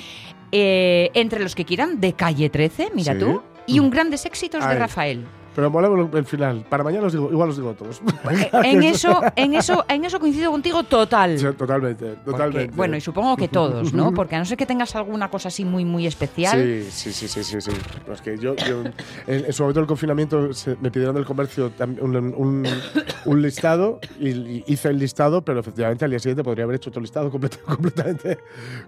B: eh, entre los que quieran, de Calle 13, mira
C: Sí. Mm.
B: tú, y un Grandes Éxitos de
C: Ay. *laughs*
B: Rafael.
C: Pero mola el final. Para mañana os digo, igual os
B: *laughs*
C: digo todos.
B: Eh, En eso, en eso, en eso coincido contigo total.
C: *laughs* Ah, Sí, totalmente,
B: Porque,
C: totalmente.
B: bueno, y supongo que todos, ¿no? Porque a no ser que tengas alguna cosa así muy, muy especial.
C: Sí, sí, sí, sí, sí, sí. No, es que yo, yo- en, en su momento del confinamiento se- me pidieron del comercio tam- un, un- un listado y, y hice el listado, pero efectivamente al día siguiente podría haber hecho otro listado completa- *laughs* completamente,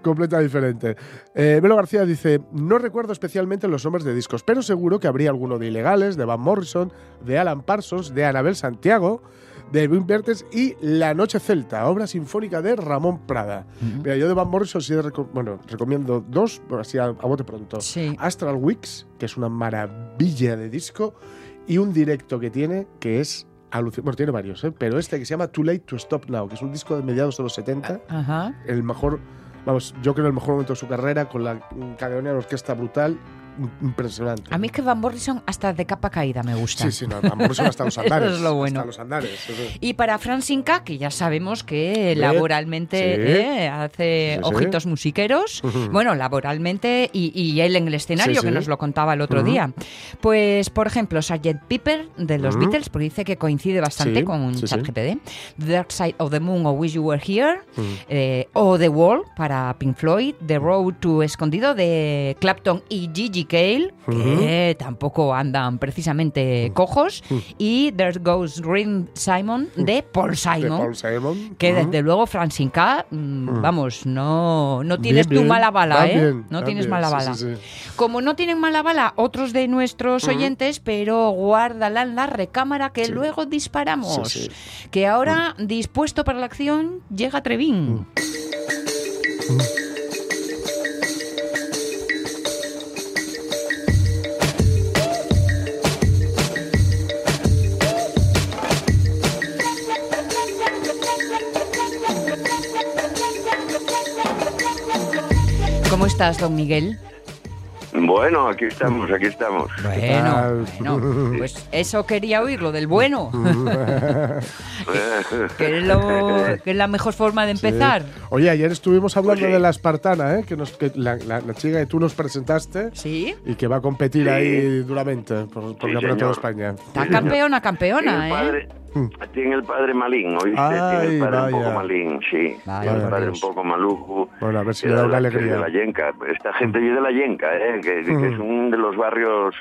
C: completamente diferente. Eh, Belo García dice, no recuerdo especialmente los nombres de discos, pero seguro que habría alguno de ilegales, de Van Morrison, de Alan Parsons, de Anabel Santiago, de Wim Vertes y La Noche Celta, obra sinfónica de Ramón Prada. Mira, yo de Van Morrison sí reco- bueno, recomiendo dos, por así a, a bote pronto.
B: Sí.
C: Astral Weeks, que es una maravilla de disco, y un directo que tiene que es alucinante. Bueno, tiene varios, ¿eh? pero este que se llama Too Late to Stop Now, que es un disco de mediados de los 70
B: Ajá.
C: el mejor, vamos, yo creo el mejor momento de su carrera con la Caledonia de orquesta brutal, im- impresionante.
B: A mí es que Van Morrison hasta de capa caída me gusta.
C: Sí, sí, no, amor, son hasta los
B: *laughs*
C: andares.
B: Eso es lo bueno.
C: Hasta los andares. sí, sí.
B: Y para Fran Sinca, que ya sabemos que laboralmente
C: Sí.
B: eh, hace
C: Sí, sí.
B: ojitos musiqueros,
C: Ujú.
B: bueno, laboralmente y, y él en el escenario,
C: Sí, sí.
B: que nos lo contaba el otro
C: Ujú.
B: día. Pues, por ejemplo, Sgt. Piper de los
C: Ujú.
B: Beatles, porque dice que coincide bastante
C: Sí,
B: con
C: sí, sí.
B: ChatGPT, The Dark Side of the Moon o Wish You Were Here,
C: Ujú.
B: eh, o The Wall para Pink Floyd, The Road to Escondido de Clapton y Gigi Cale, que tampoco andan precisamente cojos, y There Goes Ring Simon de Paul
C: De
B: Simon.
C: Paul Simon.
B: Que
C: Ujú.
B: desde luego, Francine K, mm, vamos, no, no tienes
C: Bien,
B: tú
C: bien.
B: mala bala,
C: Van
B: ¿eh?
C: bien,
B: no
C: van
B: tienes
C: bien.
B: mala
C: Sí,
B: bala.
C: sí, sí.
B: Como no tienen mala bala otros de nuestros oyentes, pero guárdala en la recámara que luego disparamos.
C: Sí,
B: Que ahora, dispuesto para la acción, llega Trevín. ¿Cómo estás, don Miguel?
G: Bueno, aquí estamos, aquí estamos.
B: Bueno,
C: tal?
B: bueno, pues eso quería oír, lo del
C: *laughs*
B: bueno. que, es lo- que es la mejor forma de empezar.
C: Sí. Eh, Oye, ayer estuvimos hablando
G: Oye.
C: de la espartana, ¿eh? que, nos, que la, la- la chica que tú nos presentaste
B: Sí.
C: y que va a competir
G: Sí.
C: ahí duramente por, por
G: Sí,
C: el Campeonato de
G: señor.
C: España.
B: Está campeona, campeona,
G: Tiene el
B: ¿eh?
G: padre, tiene el padre malín, ¿oíste? tiene
C: Mm. Ay,
G: el padre un poco
C: vaya.
G: malín, sí.
B: Vaya,
G: tiene
C: por
G: el padre
C: Dios.
G: un poco maluco.
C: Bueno, a ver si
G: Era
C: le da
G: de
C: una
G: la-
C: alegría.
G: De la Yenca. Esta gente vive de la Yenca, ¿eh? que, que es un de los barrios...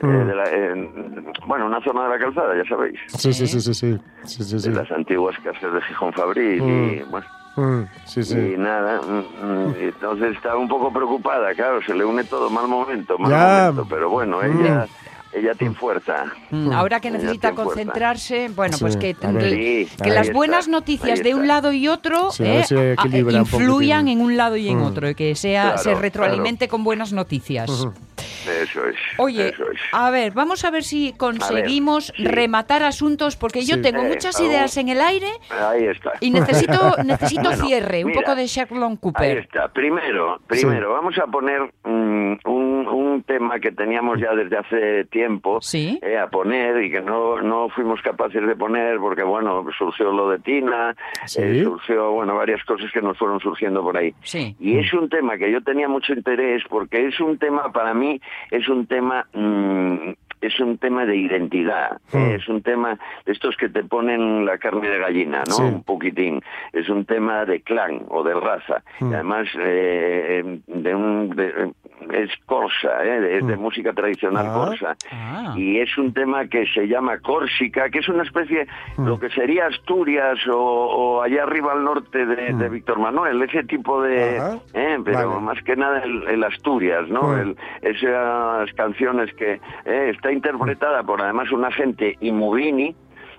G: eh,
C: Mm.
G: de la, en- bueno, una zona de la calzada, ya sabéis.
C: Sí, sí, sí, sí, sí. Sí, sí, sí.
G: De las antiguas casas de Gijón Fabril y, bueno,
C: Mm, sí, sí.
G: y nada. mm, mm, Entonces estaba un poco preocupada, claro, se le une todo, mal momento, mal
C: Ya. Mm.
G: momento. Pero bueno, ella, ella tiene fuerza.
B: Mm, Ahora que
G: Ya
B: necesita
G: tiene fuerza.
B: concentrarse, bueno,
C: Sí,
B: pues que,
C: a ver.
B: que
G: Sí, ahí
B: las
G: está,
B: buenas
G: ahí
B: noticias de
G: está.
B: un lado y otro
C: Sí, a ver
B: eh,
C: si
B: a- a-
C: equilibra un poquitín. Mm.
B: influyan en un lado y en otro, y que sea, se
G: Claro,
B: retroalimente con buenas noticias.
G: Eso es.
B: Oye,
G: eso es.
B: a ver, vamos a ver si conseguimos
G: sí.
B: rematar asuntos, porque yo
C: Sí.
B: tengo
G: Eh,
B: muchas
G: vamos.
B: ideas en el aire
G: Ahí está.
B: y necesito, necesito
G: Bueno,
B: cierre, un
G: mira,
B: poco de Sherlock
G: Ahí
B: Cooper.
G: está. Primero, primero vamos a poner mm, un, un tema que teníamos ya desde hace tiempo
B: Sí.
G: eh, a poner y que no, no fuimos capaces de poner porque, bueno, surgió lo de Tina,
C: Sí.
G: eh, surgió, bueno, varias cosas que nos fueron surgiendo por ahí.
B: Sí.
G: Y es un tema que yo tenía mucho interés porque es un tema, para mí, es un tema... mm, es un tema de identidad,
C: Mm.
G: eh, es un tema de estos que te ponen la carne de gallina, ¿no?
C: Sí.
G: Un poquitín. Es un tema de clan o de raza.
C: Mm.
G: Y además, eh, de un, de- es corsa, ¿eh? de- es de música tradicional
C: Mm. Ah.
G: corsa.
B: Ah.
G: Y es un tema que se llama Córsica, que es una especie,
C: Mm.
G: lo que sería Asturias o, o allá arriba al norte de,
C: Mm.
G: de Víctor Manuel, ese tipo de...
C: Ajá.
G: ¿eh? Pero
C: Vale.
G: más que nada el, el Asturias, ¿no?
C: Mm.
G: El- esas canciones que eh, está interpretada por además una gente imugini,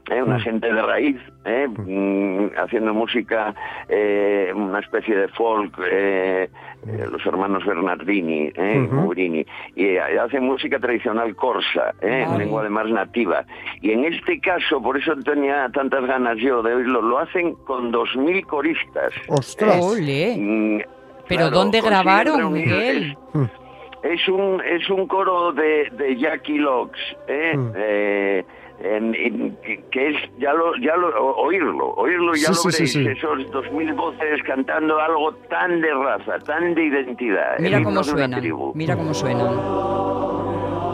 G: eh, una gente de raíz, eh, mm, haciendo música, eh, una especie de folk, eh, eh, los hermanos Bernardini, eh, Mugrini, y eh, hacen música tradicional corsa, eh, en
B: Vale.
G: lengua además nativa. Y en este caso, por eso tenía tantas ganas yo de oírlo, lo hacen con 2.000 coristas.
C: ¡Ostras!
B: Ole.
G: Mm,
B: Pero
G: claro,
B: ¿dónde
G: consiguen
B: grabaron,
G: reunir-
B: Miguel?
G: es un es un coro de, de Jackie Locks ¿eh?
C: Mm.
G: Eh, en- en- que- que es ya lo ya lo o- oírlo oírlo
C: Sí,
G: ya lo
C: sí, sí,
G: veréis
C: sí.
G: esos dos mil voces cantando algo tan de raza tan de identidad el
B: Mira
G: himno
B: cómo
G: de una
B: suenan,
G: tribu.
B: mira cómo suenan.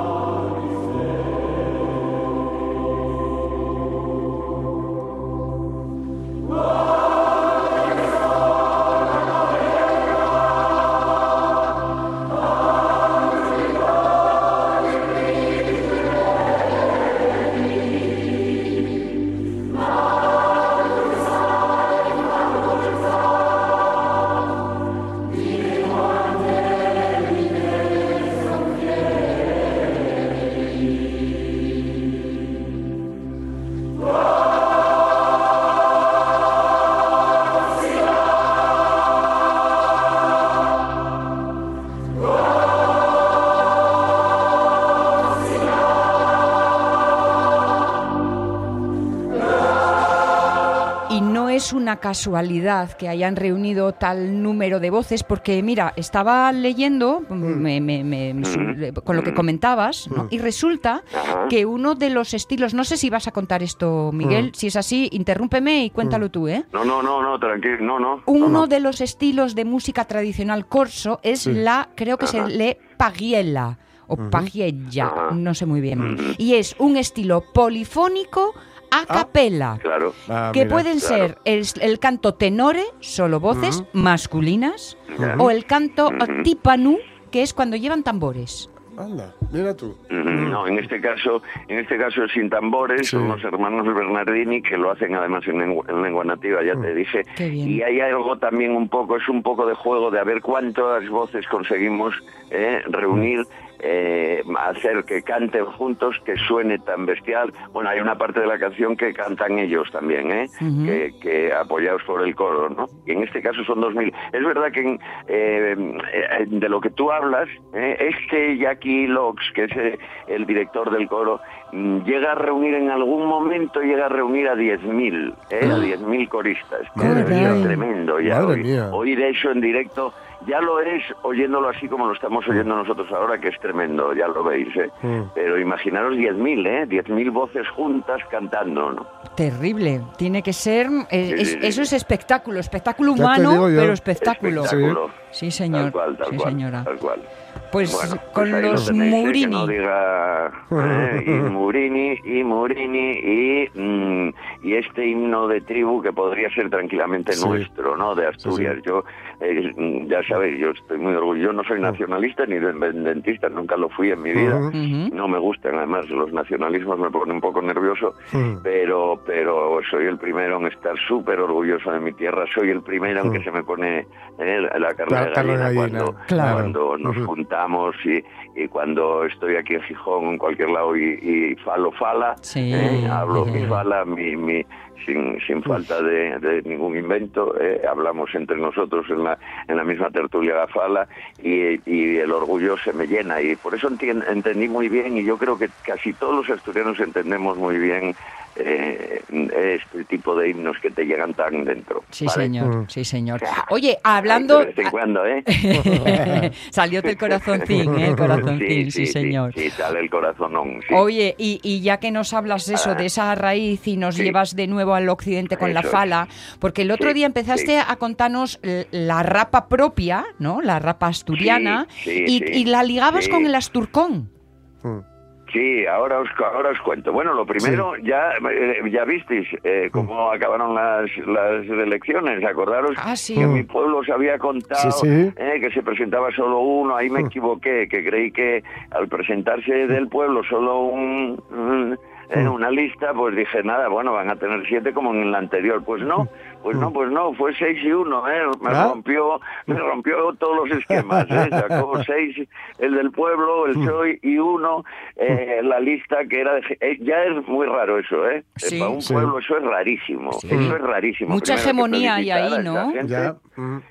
B: Y no es una casualidad que hayan reunido tal número de voces, porque mira, estaba leyendo mm, me- me- me- me
G: Mm.
B: su- eh, con lo que comentabas, ¿no? y resulta que uno de los estilos, no sé si vas a contar esto, Miguel, si es así, interrúmpeme y cuéntalo tú, ¿eh?
G: No, no, no, no, tranquilo, no, no.
B: Uno
G: no, no.
B: de los estilos de música tradicional corso es la, creo que se lee pagiela o pagiella,
G: Ajá.
B: no sé muy bien. Y es un estilo polifónico a capela.
G: Claro.
C: Ah,
B: que
C: mira,
B: pueden
G: claro.
B: ser el, el canto tenore, solo voces masculinas,
G: Ya.
B: o el canto tipanú, que es cuando llevan tambores.
C: Anda, mira tú.
G: Mm, No, en este caso, en este caso es sin tambores,
C: Sí.
G: son los hermanos Bernardini que lo hacen además en lengua, en lengua nativa, ya te dije.
B: Mm. Qué bien.
G: Y hay algo también un poco, es un poco de juego de a ver cuántas voces conseguimos eh, reunir,
B: Mm.
G: eh, hacer que canten juntos, que suene tan bestial. Bueno, hay una parte de la canción que cantan ellos también, ¿eh?
B: Ujú.
G: que que, que apoyados por el coro, ¿no? Y en este caso son 2.000. Es verdad que en, eh, eh, de lo que tú hablas, eh, este Jackie Locks, que es eh, el director del coro, mm, llega a reunir en algún momento, llega a reunir a 10.000, ¿eh? a 10.000 coristas.
C: Ah. Madre
G: Es
C: mía.
G: Tremendo ya.
C: Madre
G: hoy,
C: mía.
G: hoy de hecho en directo ya lo es oyéndolo así como lo estamos oyendo nosotros ahora, que es tremendo, ya lo veis. ¿eh?
C: Mm.
G: Pero imaginaros 10.000, ¿eh? 10.000 voces juntas cantando, ¿no?
B: *laughs* Terrible. Tiene que ser. eh,
G: Sí,
B: es-
G: sí, sí.
B: eso es espectáculo. Espectáculo
C: Ya te
B: humano,
C: digo yo.
B: pero espectáculo.
G: Espectáculo.
B: Sí, señor.
G: Tal cual, tal
B: sí,
G: cual,
B: señora.
G: Tal cual.
B: Pues
G: Bueno,
B: con
G: pues ahí lo
B: los
G: tenéis, ¿eh? Que
B: Murini.
G: no diga ¿eh? y Murini y Murini y, mm, y este himno de tribu que podría ser tranquilamente
C: Sí.
G: nuestro, ¿no? De Asturias.
C: Sí, sí.
G: Yo, eh, mm, ya sabéis, yo estoy muy orgulloso. Yo no soy nacionalista ni independentista, nunca lo fui en mi vida.
C: Ujú.
B: Ujú.
G: No me gustan, además los nacionalismos me ponen un poco nervioso,
C: Mm.
G: pero pero soy el primero en estar súper orgulloso de mi tierra, soy el primero en que
C: Mm.
G: se me pone eh, la
C: La
G: carne de
C: carne de
G: gallina,
C: gallina,
G: cuando,
C: claro.
G: cuando nos
C: Ujú.
G: juntamos y, y cuando estoy aquí en Gijón, en cualquier lado, y, y falo fala,
B: Sí.
G: eh, hablo
B: Ujú.
G: mi fala, mi, mi- sin, sin falta de, de ningún invento, eh, hablamos entre nosotros en la, en la misma tertulia de la fala y, y el orgullo se me llena. Y por eso entien- entendí muy bien, y yo creo que casi todos los asturianos entendemos muy bien eh, este tipo de himnos que te llegan tan dentro.
B: Sí,
G: ¿vale?
B: señor.
C: Mm.
B: Sí, señor. Oye, hablando.
G: *laughs* De vez en cuando, ¿eh?
B: *laughs* Salió del corazoncín,
G: *laughs*
B: ¿eh? El corazoncín, sí, señor.
G: Sí, sale el corazonón. sí. Ah.
B: Oye, y, y ya que nos hablas eso, de esa raíz y nos
G: Sí.
B: llevas de nuevo al occidente con la
G: Eso es.
B: fala, porque el otro
G: Sí,
B: día empezaste
G: sí.
B: a contarnos l- la rapa propia, ¿no? La rapa asturiana,
G: Sí, sí,
B: y,
G: sí.
B: y la ligabas
G: Sí.
B: con el asturcón.
C: Mm.
G: Sí, ahora os, cu- ahora os cuento. Bueno, lo primero, ya, eh, ya visteis eh, cómo acabaron las, las elecciones. Acordaros
B: Ah, sí.
G: que
C: Mm.
G: mi pueblo os había contado
C: Sí, sí. Mm.
G: eh, que se presentaba solo uno. Ahí me equivoqué, que creí que al presentarse del pueblo solo un, un- eh,
C: Mm.
G: una lista, pues dije, nada, bueno, van a tener siete como en la anterior. Pues no, pues no, pues no, fue seis y uno. Eh, me,
C: Mm. ¿Ah?
G: rompió, me rompió todos los esquemas. eh,
C: *laughs*
G: sacó seis, el del pueblo, el
C: Mm.
G: soy y uno, eh, la lista que era... de- eh, ya es muy raro eso, ¿eh? Eh,
B: Sí.
G: Para un
C: Sí.
G: pueblo eso es rarísimo,
B: Sí.
G: eso es rarísimo.
B: Mucha
G: Primero que
B: hegemonía hay
G: felicitar
B: ahí,
G: a
B: ¿no?
G: esta gente.
C: Ya. Mm.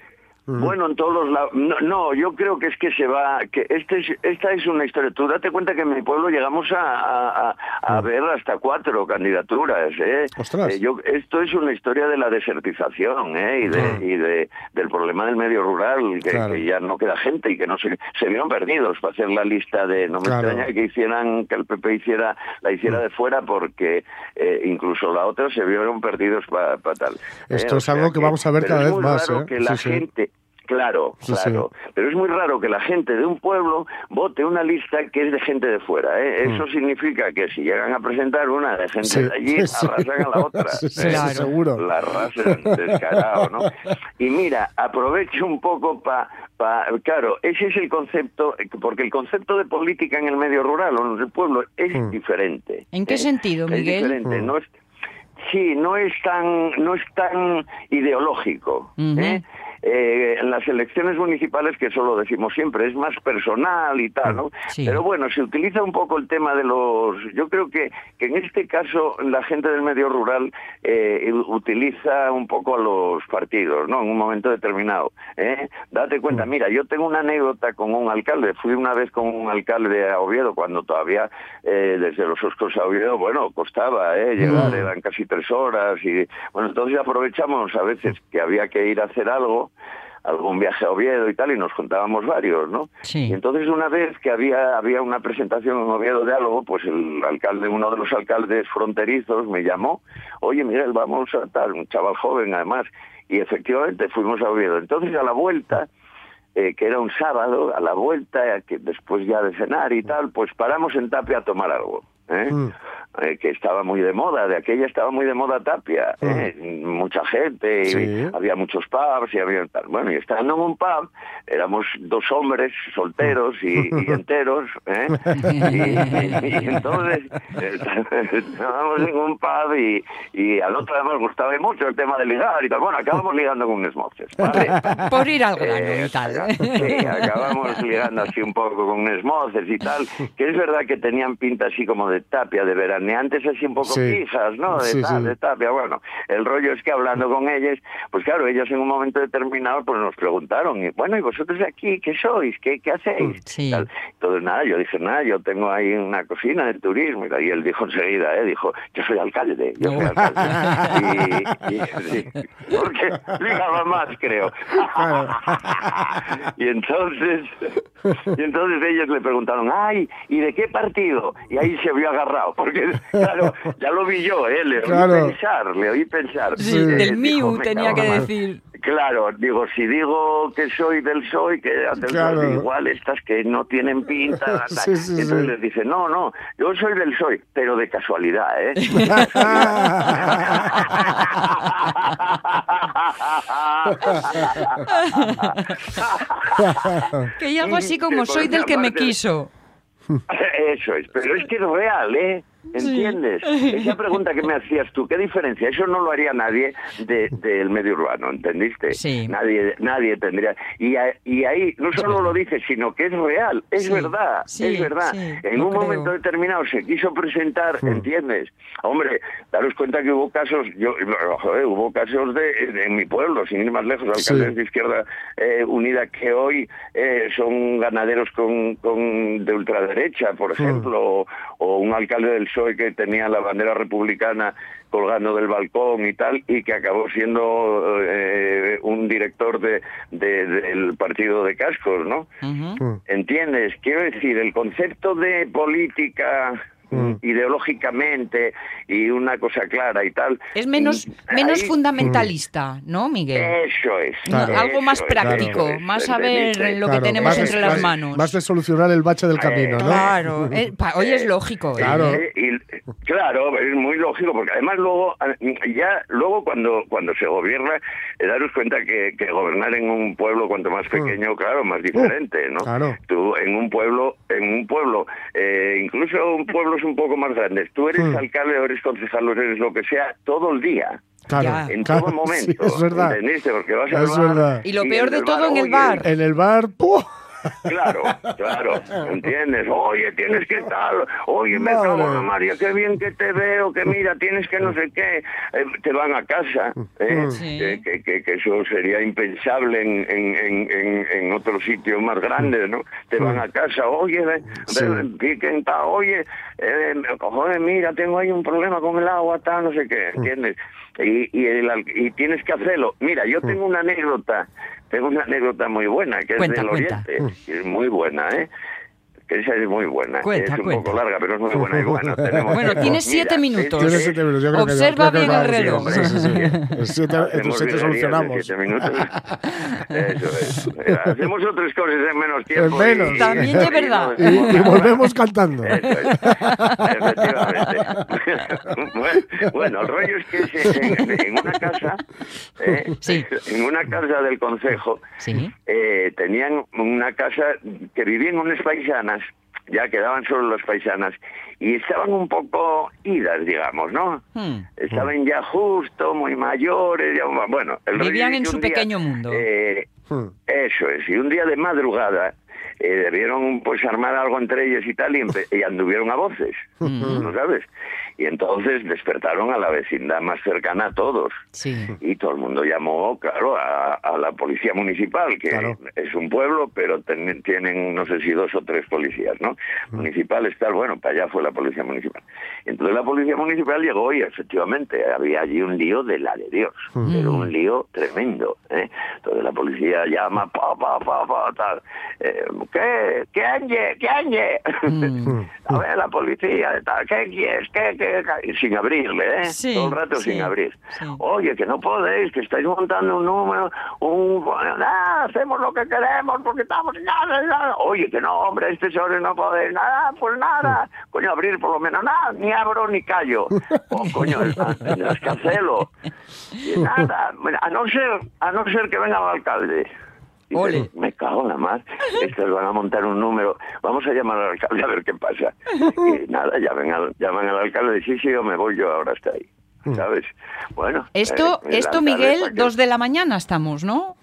C: Mm.
G: Bueno, en todos los lados. No, no, yo creo que es que se va. que este es- Esta es una historia. Tú date cuenta que en mi pueblo llegamos a, a- a- a ver hasta cuatro candidaturas. ¿eh?
C: Mm. Ostras.
G: Eh, yo, esto es una historia de la desertización ¿eh? y, de,
C: Ah.
G: y de- del problema del medio rural, que,
C: Claro.
G: que ya no queda gente y que no se, se vieron perdidos para hacer la lista de. No me
C: Claro. Mm.
G: extraña que hicieran que el PP hiciera la hiciera de fuera porque eh, incluso la otra se vieron perdidos para tal.
C: Esto
G: Eh, O
C: es algo
G: sea
C: que vamos a ver
G: pero
C: cada
G: es
C: vez
G: muy
C: más,
G: raro
C: ¿eh?
G: que la
C: Sí, sí.
G: gente gente- Claro,
C: Sí,
G: claro. Pero es muy raro que la gente de un pueblo vote una lista que es de gente de fuera. ¿eh? Eso significa que si llegan a presentar una de gente
C: Hmm. Sí,
G: de allí,
C: sí.
G: arrasan a la otra.
C: *laughs* Sí, sí,
G: ¿eh?
B: Claro.
C: sí, seguro.
G: La arrasan, descarado,
C: *laughs*
G: ¿no? Y mira, aprovecho un poco para... claro, ese es el concepto, porque el concepto de política en el medio rural o en el pueblo es
C: Hmm.
G: diferente.
B: ¿En qué
G: ¿eh?
B: sentido,
G: Es
B: Miguel?
G: diferente, no es- Sí, no es tan, no es tan ideológico. ¿eh?
B: Ujú.
G: eh, en las elecciones municipales, que eso lo decimos siempre, es más personal y tal, ¿no?
B: Sí.
G: Pero bueno, se utiliza un poco el tema de los... Yo creo que, que en este caso la gente del medio rural eh, utiliza un poco a los partidos, ¿no? En un momento determinado. ¿eh? Date cuenta, mira, yo tengo una anécdota con un alcalde. Fui una vez con un alcalde a Oviedo cuando todavía eh, desde los Oscos a Oviedo, bueno, costaba, ¿eh? Llegar
C: Claro.
G: eran casi tres horas y... Bueno, entonces aprovechamos a veces que había que ir a hacer algo algún viaje a Oviedo y tal, y nos juntábamos varios, ¿no?
B: Sí.
G: Y entonces una vez que había, había una presentación en Oviedo de algo, pues el alcalde, uno de los alcaldes fronterizos me llamó, oye Miguel, vamos a tal, un chaval joven además, y efectivamente fuimos a Oviedo. Entonces a la vuelta, eh, que era un sábado, a la vuelta, eh, que después ya de cenar y tal, pues paramos en Tapia a tomar algo. ¿eh?
C: Mm.
G: Eh, que estaba muy de moda, de aquella estaba muy de moda Tapia, ¿eh? mucha gente, y
C: Ah. Sí.
G: había muchos pubs y había tal. Bueno, y estando en un pub, éramos dos hombres solteros y,
C: *laughs*
G: y enteros, ¿eh? y, y entonces eh, estábamos en un pub y, y al otro además gustaba mucho el tema de ligar y tal. Bueno, acabamos ligando con un Smokes, ¿vale?
B: Por ir al grano
G: *laughs* Eh,
B: y tal.
G: Sí, *laughs* acabamos ligando así un poco con esmoces y tal, que es verdad que tenían pinta así como de tapia, de veraneantes así un poco
C: Sí.
G: fijas, ¿no? De
C: Sí,
G: tal,
C: sí.
G: de tapia. Bueno, el rollo es que hablando con ellas, pues claro, ellas en un momento determinado pues nos preguntaron, y, bueno, ¿y vosotros aquí qué sois? ¿Qué, qué
C: Mm,
G: hacéis?
B: Sí.
G: Tal. Entonces nada, yo dije, nada, yo tengo ahí una cocina de turismo y tal. y él dijo enseguida, ¿eh? Dijo, yo soy alcalde, yo soy
C: *laughs*
G: alcalde. Y- y- porque ligaba más, creo.
C: Claro.
G: *laughs* Y entonces, y entonces ellos le preguntaron, ay, ¿y de qué partido? Y ahí se vio agarrado, porque claro, ya lo vi yo, ¿eh? le oí
C: Claro.
G: pensar, le oí pensar.
B: Sí,
G: Eh,
B: del
G: dijo,
B: mío
G: "Me
B: tenía
G: cago en
B: que
G: la-".
B: decir.
G: Claro, digo, si digo que soy del soy, que del
C: Claro.
G: PSOE, igual estas que no tienen pinta,
C: *laughs*
G: tal, tal.
C: Sí, sí, sí.
G: entonces les dice, no, no, yo soy del soy, pero de casualidad,
C: *laughs*
G: ¿eh? *laughs* De
C: *laughs*
G: *laughs* casualidad.
B: Que hay algo así como
G: Sí,
B: soy del que me
G: porque aparte-
B: quiso.
G: *laughs* Eso es, pero es que es real, ¿eh? ¿Entiendes? Esa pregunta que me hacías tú, ¿qué diferencia? Eso no lo haría nadie de- del medio urbano, ¿entendiste?
B: Sí.
G: Nadie, nadie tendría. Y, a- y ahí no solo lo dices, sino que es real, es
B: Sí,
G: verdad,
B: sí,
G: es verdad.
B: sí,
G: en
B: lo creo.
G: un
B: Mm.
G: momento determinado se quiso presentar, ¿entiendes? Hombre, daros cuenta que hubo casos, yo, joder, hubo casos de, en mi pueblo, sin ir más lejos, alcaldes
C: Sí.
G: de Izquierda eh, Unida que hoy eh, son ganaderos con, con- de ultraderecha, por ejemplo, o, o un alcalde del PSOE que tenía la bandera republicana colgando del balcón y tal, y que acabó siendo eh, un director de, de- del partido de cascos, ¿no?
B: Ujú.
C: Mm.
G: ¿Entiendes? Quiero decir, el concepto de política ideológicamente y una cosa clara y tal.
B: Es menos, menos
G: ahí- Eh,
B: fundamentalista, ¿no, Miguel?
G: Eso es.
C: Claro.
G: eso
B: Algo más
G: es,
B: práctico,
G: eso es,
B: más saber
G: ¿entendiste?
B: lo que tenemos
C: más de-
B: entre las
C: más-
B: manos.
C: Más de solucionar el bache del
G: Eh,
C: camino, ¿no?
B: Claro, eh, pa- hoy es lógico. ¿eh?
C: Claro.
G: Eh, y- claro, es muy lógico, porque además luego, eh, ya luego cuando, cuando se gobierna, eh, daros cuenta que, que gobernar en un pueblo cuanto más pequeño, claro, más diferente, ¿no?
C: Mm. claro.
G: Tú en un pueblo, en un pueblo, eh, incluso un pueblo es un poco más grande, tú eres
C: Mm.
G: alcalde o eres concejal o eres lo que sea, todo el día.
C: Claro,
B: Ya.
G: En
C: claro,
G: todo
C: Ah, *laughs* sí,
G: momento,
C: es verdad.
G: ¿entendiste? Porque vas al
C: Es
G: bar
C: verdad.
B: Y lo
G: en
B: peor de
G: el eh,
B: todo en el
G: oye,
B: bar.
C: En el bar, ¡puf! *laughs*
G: Claro, claro, ¿entiendes? Oye, tienes que tal, oye, me
C: Madre.
G: cago en la María, qué bien que te veo, que mira, tienes que no sé qué, Eh, te van a casa, ¿eh?
B: Sí.
G: Eh, que, que- que eso sería impensable en, en, en, en, en otros sitios más grandes, ¿no? Te van a casa, oye, ve-
C: Sí.
G: ve- ve quién está, oye, eh, joder, mira, tengo ahí un problema con el agua, tal, no sé qué, ¿entiendes? Y, y, el al- y tienes que hacerlo. Mira, yo tengo una anécdota, tengo una anécdota muy buena, que
B: Cuenta,
G: es del
B: cuenta.
G: Oriente. Y Es muy buena, ¿eh? Que esa es muy buena. ¿eh?
B: Cuenta,
G: es un
B: cuenta.
G: poco larga, pero es muy buena. Y bueno,
B: *laughs*
G: tenemos
B: Bueno,
G: tiempo.
B: tienes siete
G: Mira,
B: minutos.
G: es-
C: Tienes siete minutos, yo creo que-
B: Observa
C: creo que
B: bien el
C: lo
B: reloj.
C: vamos, Sí, sí, sí.
G: *laughs*
C: En siete, en
G: Hacemos
C: siete
G: librerías de
C: solucionamos.
G: siete
C: *laughs*
G: minutos. Eso es. Mira, hacemos otras cosas en menos tiempo.
C: En menos.
G: y-
B: También es verdad.
C: Y, y volvemos cantando.
G: Eso es. Efectivamente. *laughs* bueno, el rollo es que es en, en una casa, eh,
B: Sí.
G: en una casa del concejo,
B: Sí.
G: eh, tenían una casa que vivían unas paisanas ya quedaban solo las paisanas. Y estaban un poco idas, digamos, ¿no?
B: Hmm.
G: Estaban ya justo, muy mayores, ya, bueno. el rollo
B: Vivían
G: es
B: en
G: que
B: su
G: un día,
B: pequeño mundo.
G: eh,
C: *laughs* Hmm.
G: eso es, y un día de madrugada eh, debieron pues armar algo entre ellos y tal, y, empe- y anduvieron a voces,
B: Hmm.
G: ¿no sabes? Y entonces despertaron a la vecindad más cercana a todos. *laughs*
B: Sí.
G: Y todo el mundo llamó, claro, a, a la policía municipal, que
C: Claro.
G: es un pueblo, pero ten- tienen, no sé si dos o tres policías, ¿no? Municipales, tal, bueno, para allá fue la policía municipal. Entonces la policía municipal llegó y efectivamente había allí un lío de la de Dios, pero un lío tremendo, ¿eh? Entonces la policía llama, pa, pa, pa, pa, tal, eh, ¿qué? ¿Qué ande? ¿Qué ande? A ver, la policía, tal, ¿qué quieres? ¿Qué, qué, qué? Sin abrirle, ¿eh?
B: Sí,
G: Todo el rato
B: sí,
G: sin abrir.
B: sí.
G: Oye, que no podéis, que estáis montando un número, un... nada, hacemos lo que queremos porque estamos... Nada, nada. Oye, que no, hombre, este señor no podéis nada,
B: *laughs*
G: pues nada. Coño, abrir por lo menos nada, ni abro ni callo. Oh, coño, las cancelo. Y Nada, Bueno, a no ser, a no ser que venga el alcalde. Y dices,
B: Ole.
G: me cago en la mar. Estos van a montar un número. Vamos a llamar al alcalde a ver qué pasa. Y nada, llaman al, llaman al alcalde y sí, sí, yo me voy yo ahora hasta ahí.
B: Mm.
G: ¿Sabes? Bueno.
B: Esto,
G: eh, el
B: esto
G: alcalde
B: Miguel,
G: cualquier-
B: dos de la mañana estamos, ¿no?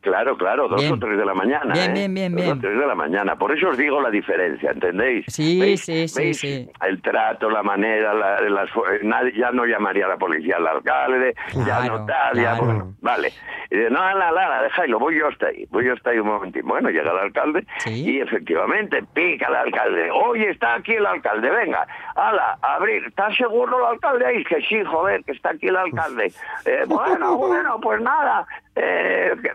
G: Claro, claro, dos
B: Bien.
G: o tres de la mañana.
B: Bien,
G: ¿eh?
B: bien, bien,
G: Dos
B: bien.
G: o tres de la mañana. Por eso os digo la diferencia, ¿entendéis?
B: Sí, sí, sí,
G: ¿Veis?
B: sí.
G: El trato, la manera, la- las fu- eh, nadie, ya no llamaría a la policía al alcalde, ya
B: Claro,
G: no tal, ya
B: claro.
G: bueno, vale. Y dice, no, la, la, la, dejadlo, voy yo hasta ahí, voy yo hasta ahí un momentín. Bueno, llega el alcalde
B: Sí.
G: y efectivamente pica el alcalde. Oye, está aquí el alcalde, venga, ala, abrir. ¿Estás seguro el alcalde ahí? Que sí, joder, que está aquí
B: *laughs*
G: el alcalde. Eh, bueno, bueno, pues nada, eh, que,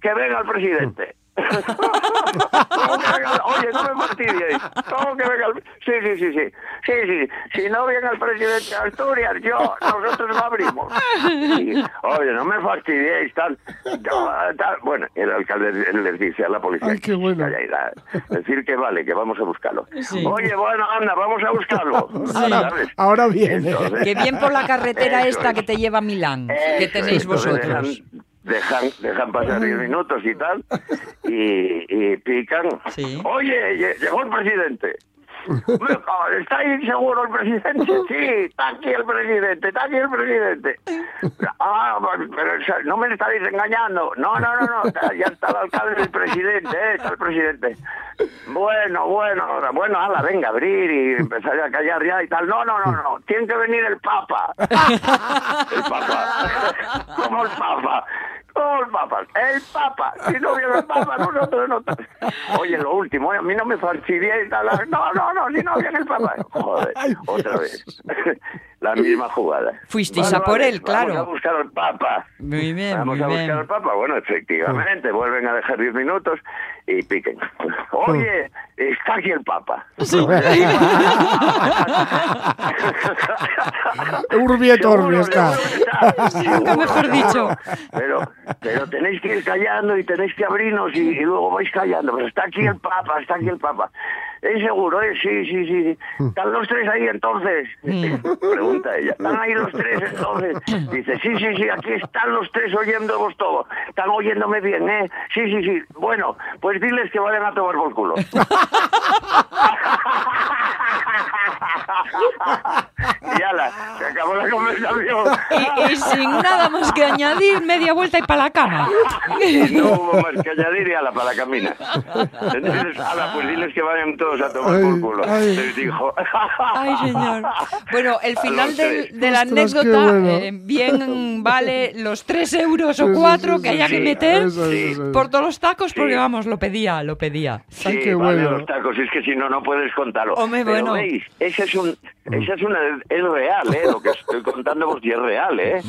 G: que venga
B: *laughs*
G: el presidente. *laughs* ¿Cómo que venga el- Oye, no me fastidies. ¿Cómo que venga el Sí, sí, sí, sí. Sí, sí. Si no viene el presidente de Asturias, yo, nosotros no abrimos. Sí. Oye, no me fastidiéis, tal, tal, tal. Bueno, el alcalde les dice a la policía.
C: Ay, qué bueno.
G: "Calla, calla, Decir que vale, que vamos a buscarlo. Oye, bueno, anda, vamos a buscarlo.
C: Ahora,
G: ¿Sabes?
C: ahora viene. *laughs*
G: Entonces-
B: Que bien
G: *laughs*
B: por la carretera
G: Eso
B: esta
G: es.
B: que te lleva a Milán,
G: Eso
B: que
G: es,
B: tenéis
G: entonces
B: vosotros. Mm.
G: Dejan, dejan, dejan pasar 10 minutos y tal, y, y pican.
B: Sí.
G: Oye, lle- llegó el
B: *laughs*
G: presidente. Me cago, ¿Está ahí seguro el presidente? Sí, está aquí el presidente, está aquí el presidente. Ah, pero o sea, no me estáis engañando. No, no, no, no, está- ya está el alcalde del presidente, eh, está el presidente. Bueno, bueno, ahora, bueno, ala, venga, abrir y empezar a callar ya y tal. No, no, no, no, tiene que venir el Papa. El
B: *laughs*
G: Papa. ¿Cómo el Papa? ¿Cómo el Papa? El Papa. Si no viene el Papa, nosotros no. Oye, lo último, a mí no me fastidié y tal. No, no, no, si no viene el Papa. Joder, otra vez. *laughs* La misma jugada.
B: Fuisteis a por él, claro.
G: Vamos a buscar al Papa.
B: Muy bien,
G: Vamos
B: muy
G: a buscar
B: bien.
G: al Papa. Bueno, efectivamente, vuelven a dejar 10 minutos y piquen. Oye, está aquí el Papa.
C: Urbi et
G: Seguro,
C: Orbi está.
G: seguro que está.
B: Nunca Ah, mejor
G: *laughs* Seguro,
B: dicho.
G: seguro. Pero, pero tenéis que ir callando y tenéis que abrirnos y, y luego vais callando. Pero está aquí el Papa, está aquí el Papa. Es seguro, ¿eh? Sí, sí, sí. sí. ¿Están los tres ahí entonces? Pregunta ella. ¿Están ahí los tres entonces? Dice, sí, sí, sí, aquí están los tres oyéndonos todo. Están oyéndome bien, ¿eh? Sí, sí, sí. Bueno, pues diles que vayan a tomar por culo. y ala, se acabó la conversación.
B: Y, y sin nada más que añadir, media vuelta y para la cama.
G: No hubo más que añadir y ala para la camina. Entonces, ala, pues diles que vayan todos a tomar
C: Ay,
G: por culo.
C: ay.
G: Les dijo. *laughs*
B: Ay,
C: *laughs*
B: señor. Bueno, el
G: A
B: final
G: los
B: del-
G: tres.
B: de la
C: Ostras, qué
B: anécdota
C: bueno.
B: eh,
C: *laughs*
B: bien vale los tres euros o
C: Sí, sí,
B: cuatro
C: sí,
B: que
C: sí,
B: haya
G: sí.
B: que meter
C: Eso, eso, eso.
B: por todos los tacos, porque
G: Sí.
B: vamos, lo pedía, lo pedía.
C: Ay,
G: Sí,
C: qué
G: vale
C: bueno.
G: los tacos, es que si no, no puedes contarlo.
B: Hombre,
G: Pero,
B: bueno.
G: veis, esa es, un, esa es una... Es real, ¿eh? Lo que estoy contando por si es real, ¿eh?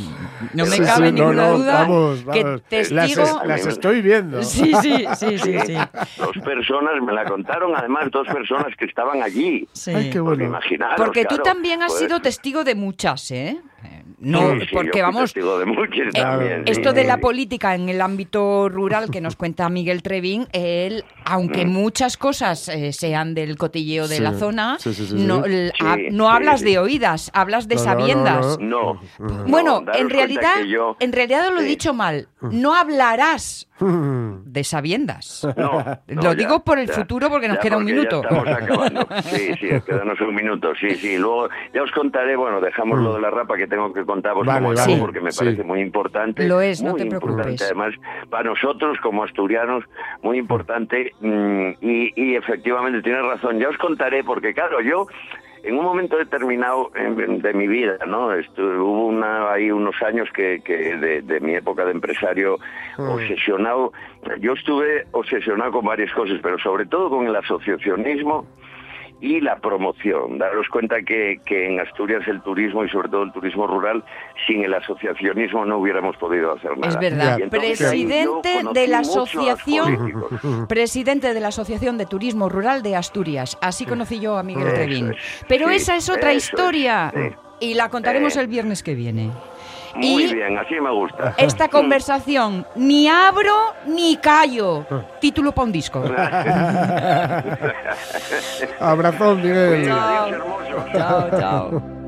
B: No me
C: Sí, sí,
B: cabe
C: no,
B: ninguna
C: no,
B: duda
C: vamos, vamos.
B: que
C: Las,
B: testigo...
C: es- las estoy
B: *laughs*
C: viendo.
B: Sí, sí, sí, sí, sí.
G: Dos personas me la contaron, además dos personas que estaban allí.
B: Sí.
C: Ay, qué bueno.
G: Porque imaginaros,
B: Porque tú
G: claro,
B: también has
G: pues,
B: sido testigo de muchas, ¿eh? Eh, No,
D: Sí, sí, yo
B: porque
D: fui
B: vamos,
D: testigo de muchos
B: Eh,
D: también, sí,
B: Esto de la
D: sí.
B: política en el ámbito rural que nos cuenta Miguel Trevín, él, aunque muchas cosas eh, sean del cotilleo de
C: Sí,
B: la zona,
C: sí, sí, sí,
B: no,
C: sí.
B: l- ha-
D: Sí,
B: no
D: sí,
B: hablas
D: sí.
B: de oídas, hablas de
C: No, no, no,
B: sabiendas.
C: no.
D: No. no,
B: Bueno,
D: daros
B: en
D: cuenta
B: realidad,
D: que yo-
B: en realidad lo he
D: Sí.
B: dicho mal. No hablarás
C: *laughs*
B: *laughs* de sabiendas.
D: No,
B: *laughs* Lo
D: no, ya,
B: digo por el
D: ya,
B: futuro porque nos
D: ya,
B: queda un
D: porque
B: minuto. *laughs*
D: Ya estamos acabando. Sí, sí, quedarnos un minuto. Sí, sí. Luego ya os contaré, bueno, dejamos lo de la rapa que tengo que contaros
C: Vale,
D: cómo
C: vale.
D: acabó,
B: Sí.
D: porque me
C: Sí.
D: parece muy importante.
B: Lo es, no
D: muy
B: te
D: importante,
B: preocupes.
D: Además, para nosotros como asturianos, muy importante. mm, y, y efectivamente tienes razón. Ya os contaré porque, claro, yo... En un momento determinado em, de mi vida, ¿no? Estuve- hubo una, ahí unos años que, que de, de mi época de empresario
C: Mm.
D: obsesionado. Yo estuve obsesionado con varias cosas, pero sobre todo con el asociacionismo y la promoción. Daros cuenta que, que en Asturias el turismo y sobre todo el turismo rural, sin el asociacionismo no hubiéramos podido hacer nada.
B: Es verdad.
D: Y entonces ahí yo
B: Presidente
D: conocí
B: de la
D: mucho a los
B: asociación,
D: políticos.
B: presidente de la Asociación de Turismo Rural de Asturias. Así conocí yo a Miguel
D: Eso
B: Trevín.
D: es,
B: Pero
D: sí,
B: esa es otra
D: eso es,
B: historia
D: sí.
B: y la contaremos
D: Eh.
B: el viernes que viene.
D: Muy
B: y
D: bien, así me gusta. Mm.
B: esta conversación ni abro ni callo.
D: Mm.
B: Título para un disco.
C: Abrazón, Miguel.
D: Adiós, hermosos.
B: Chao, chao.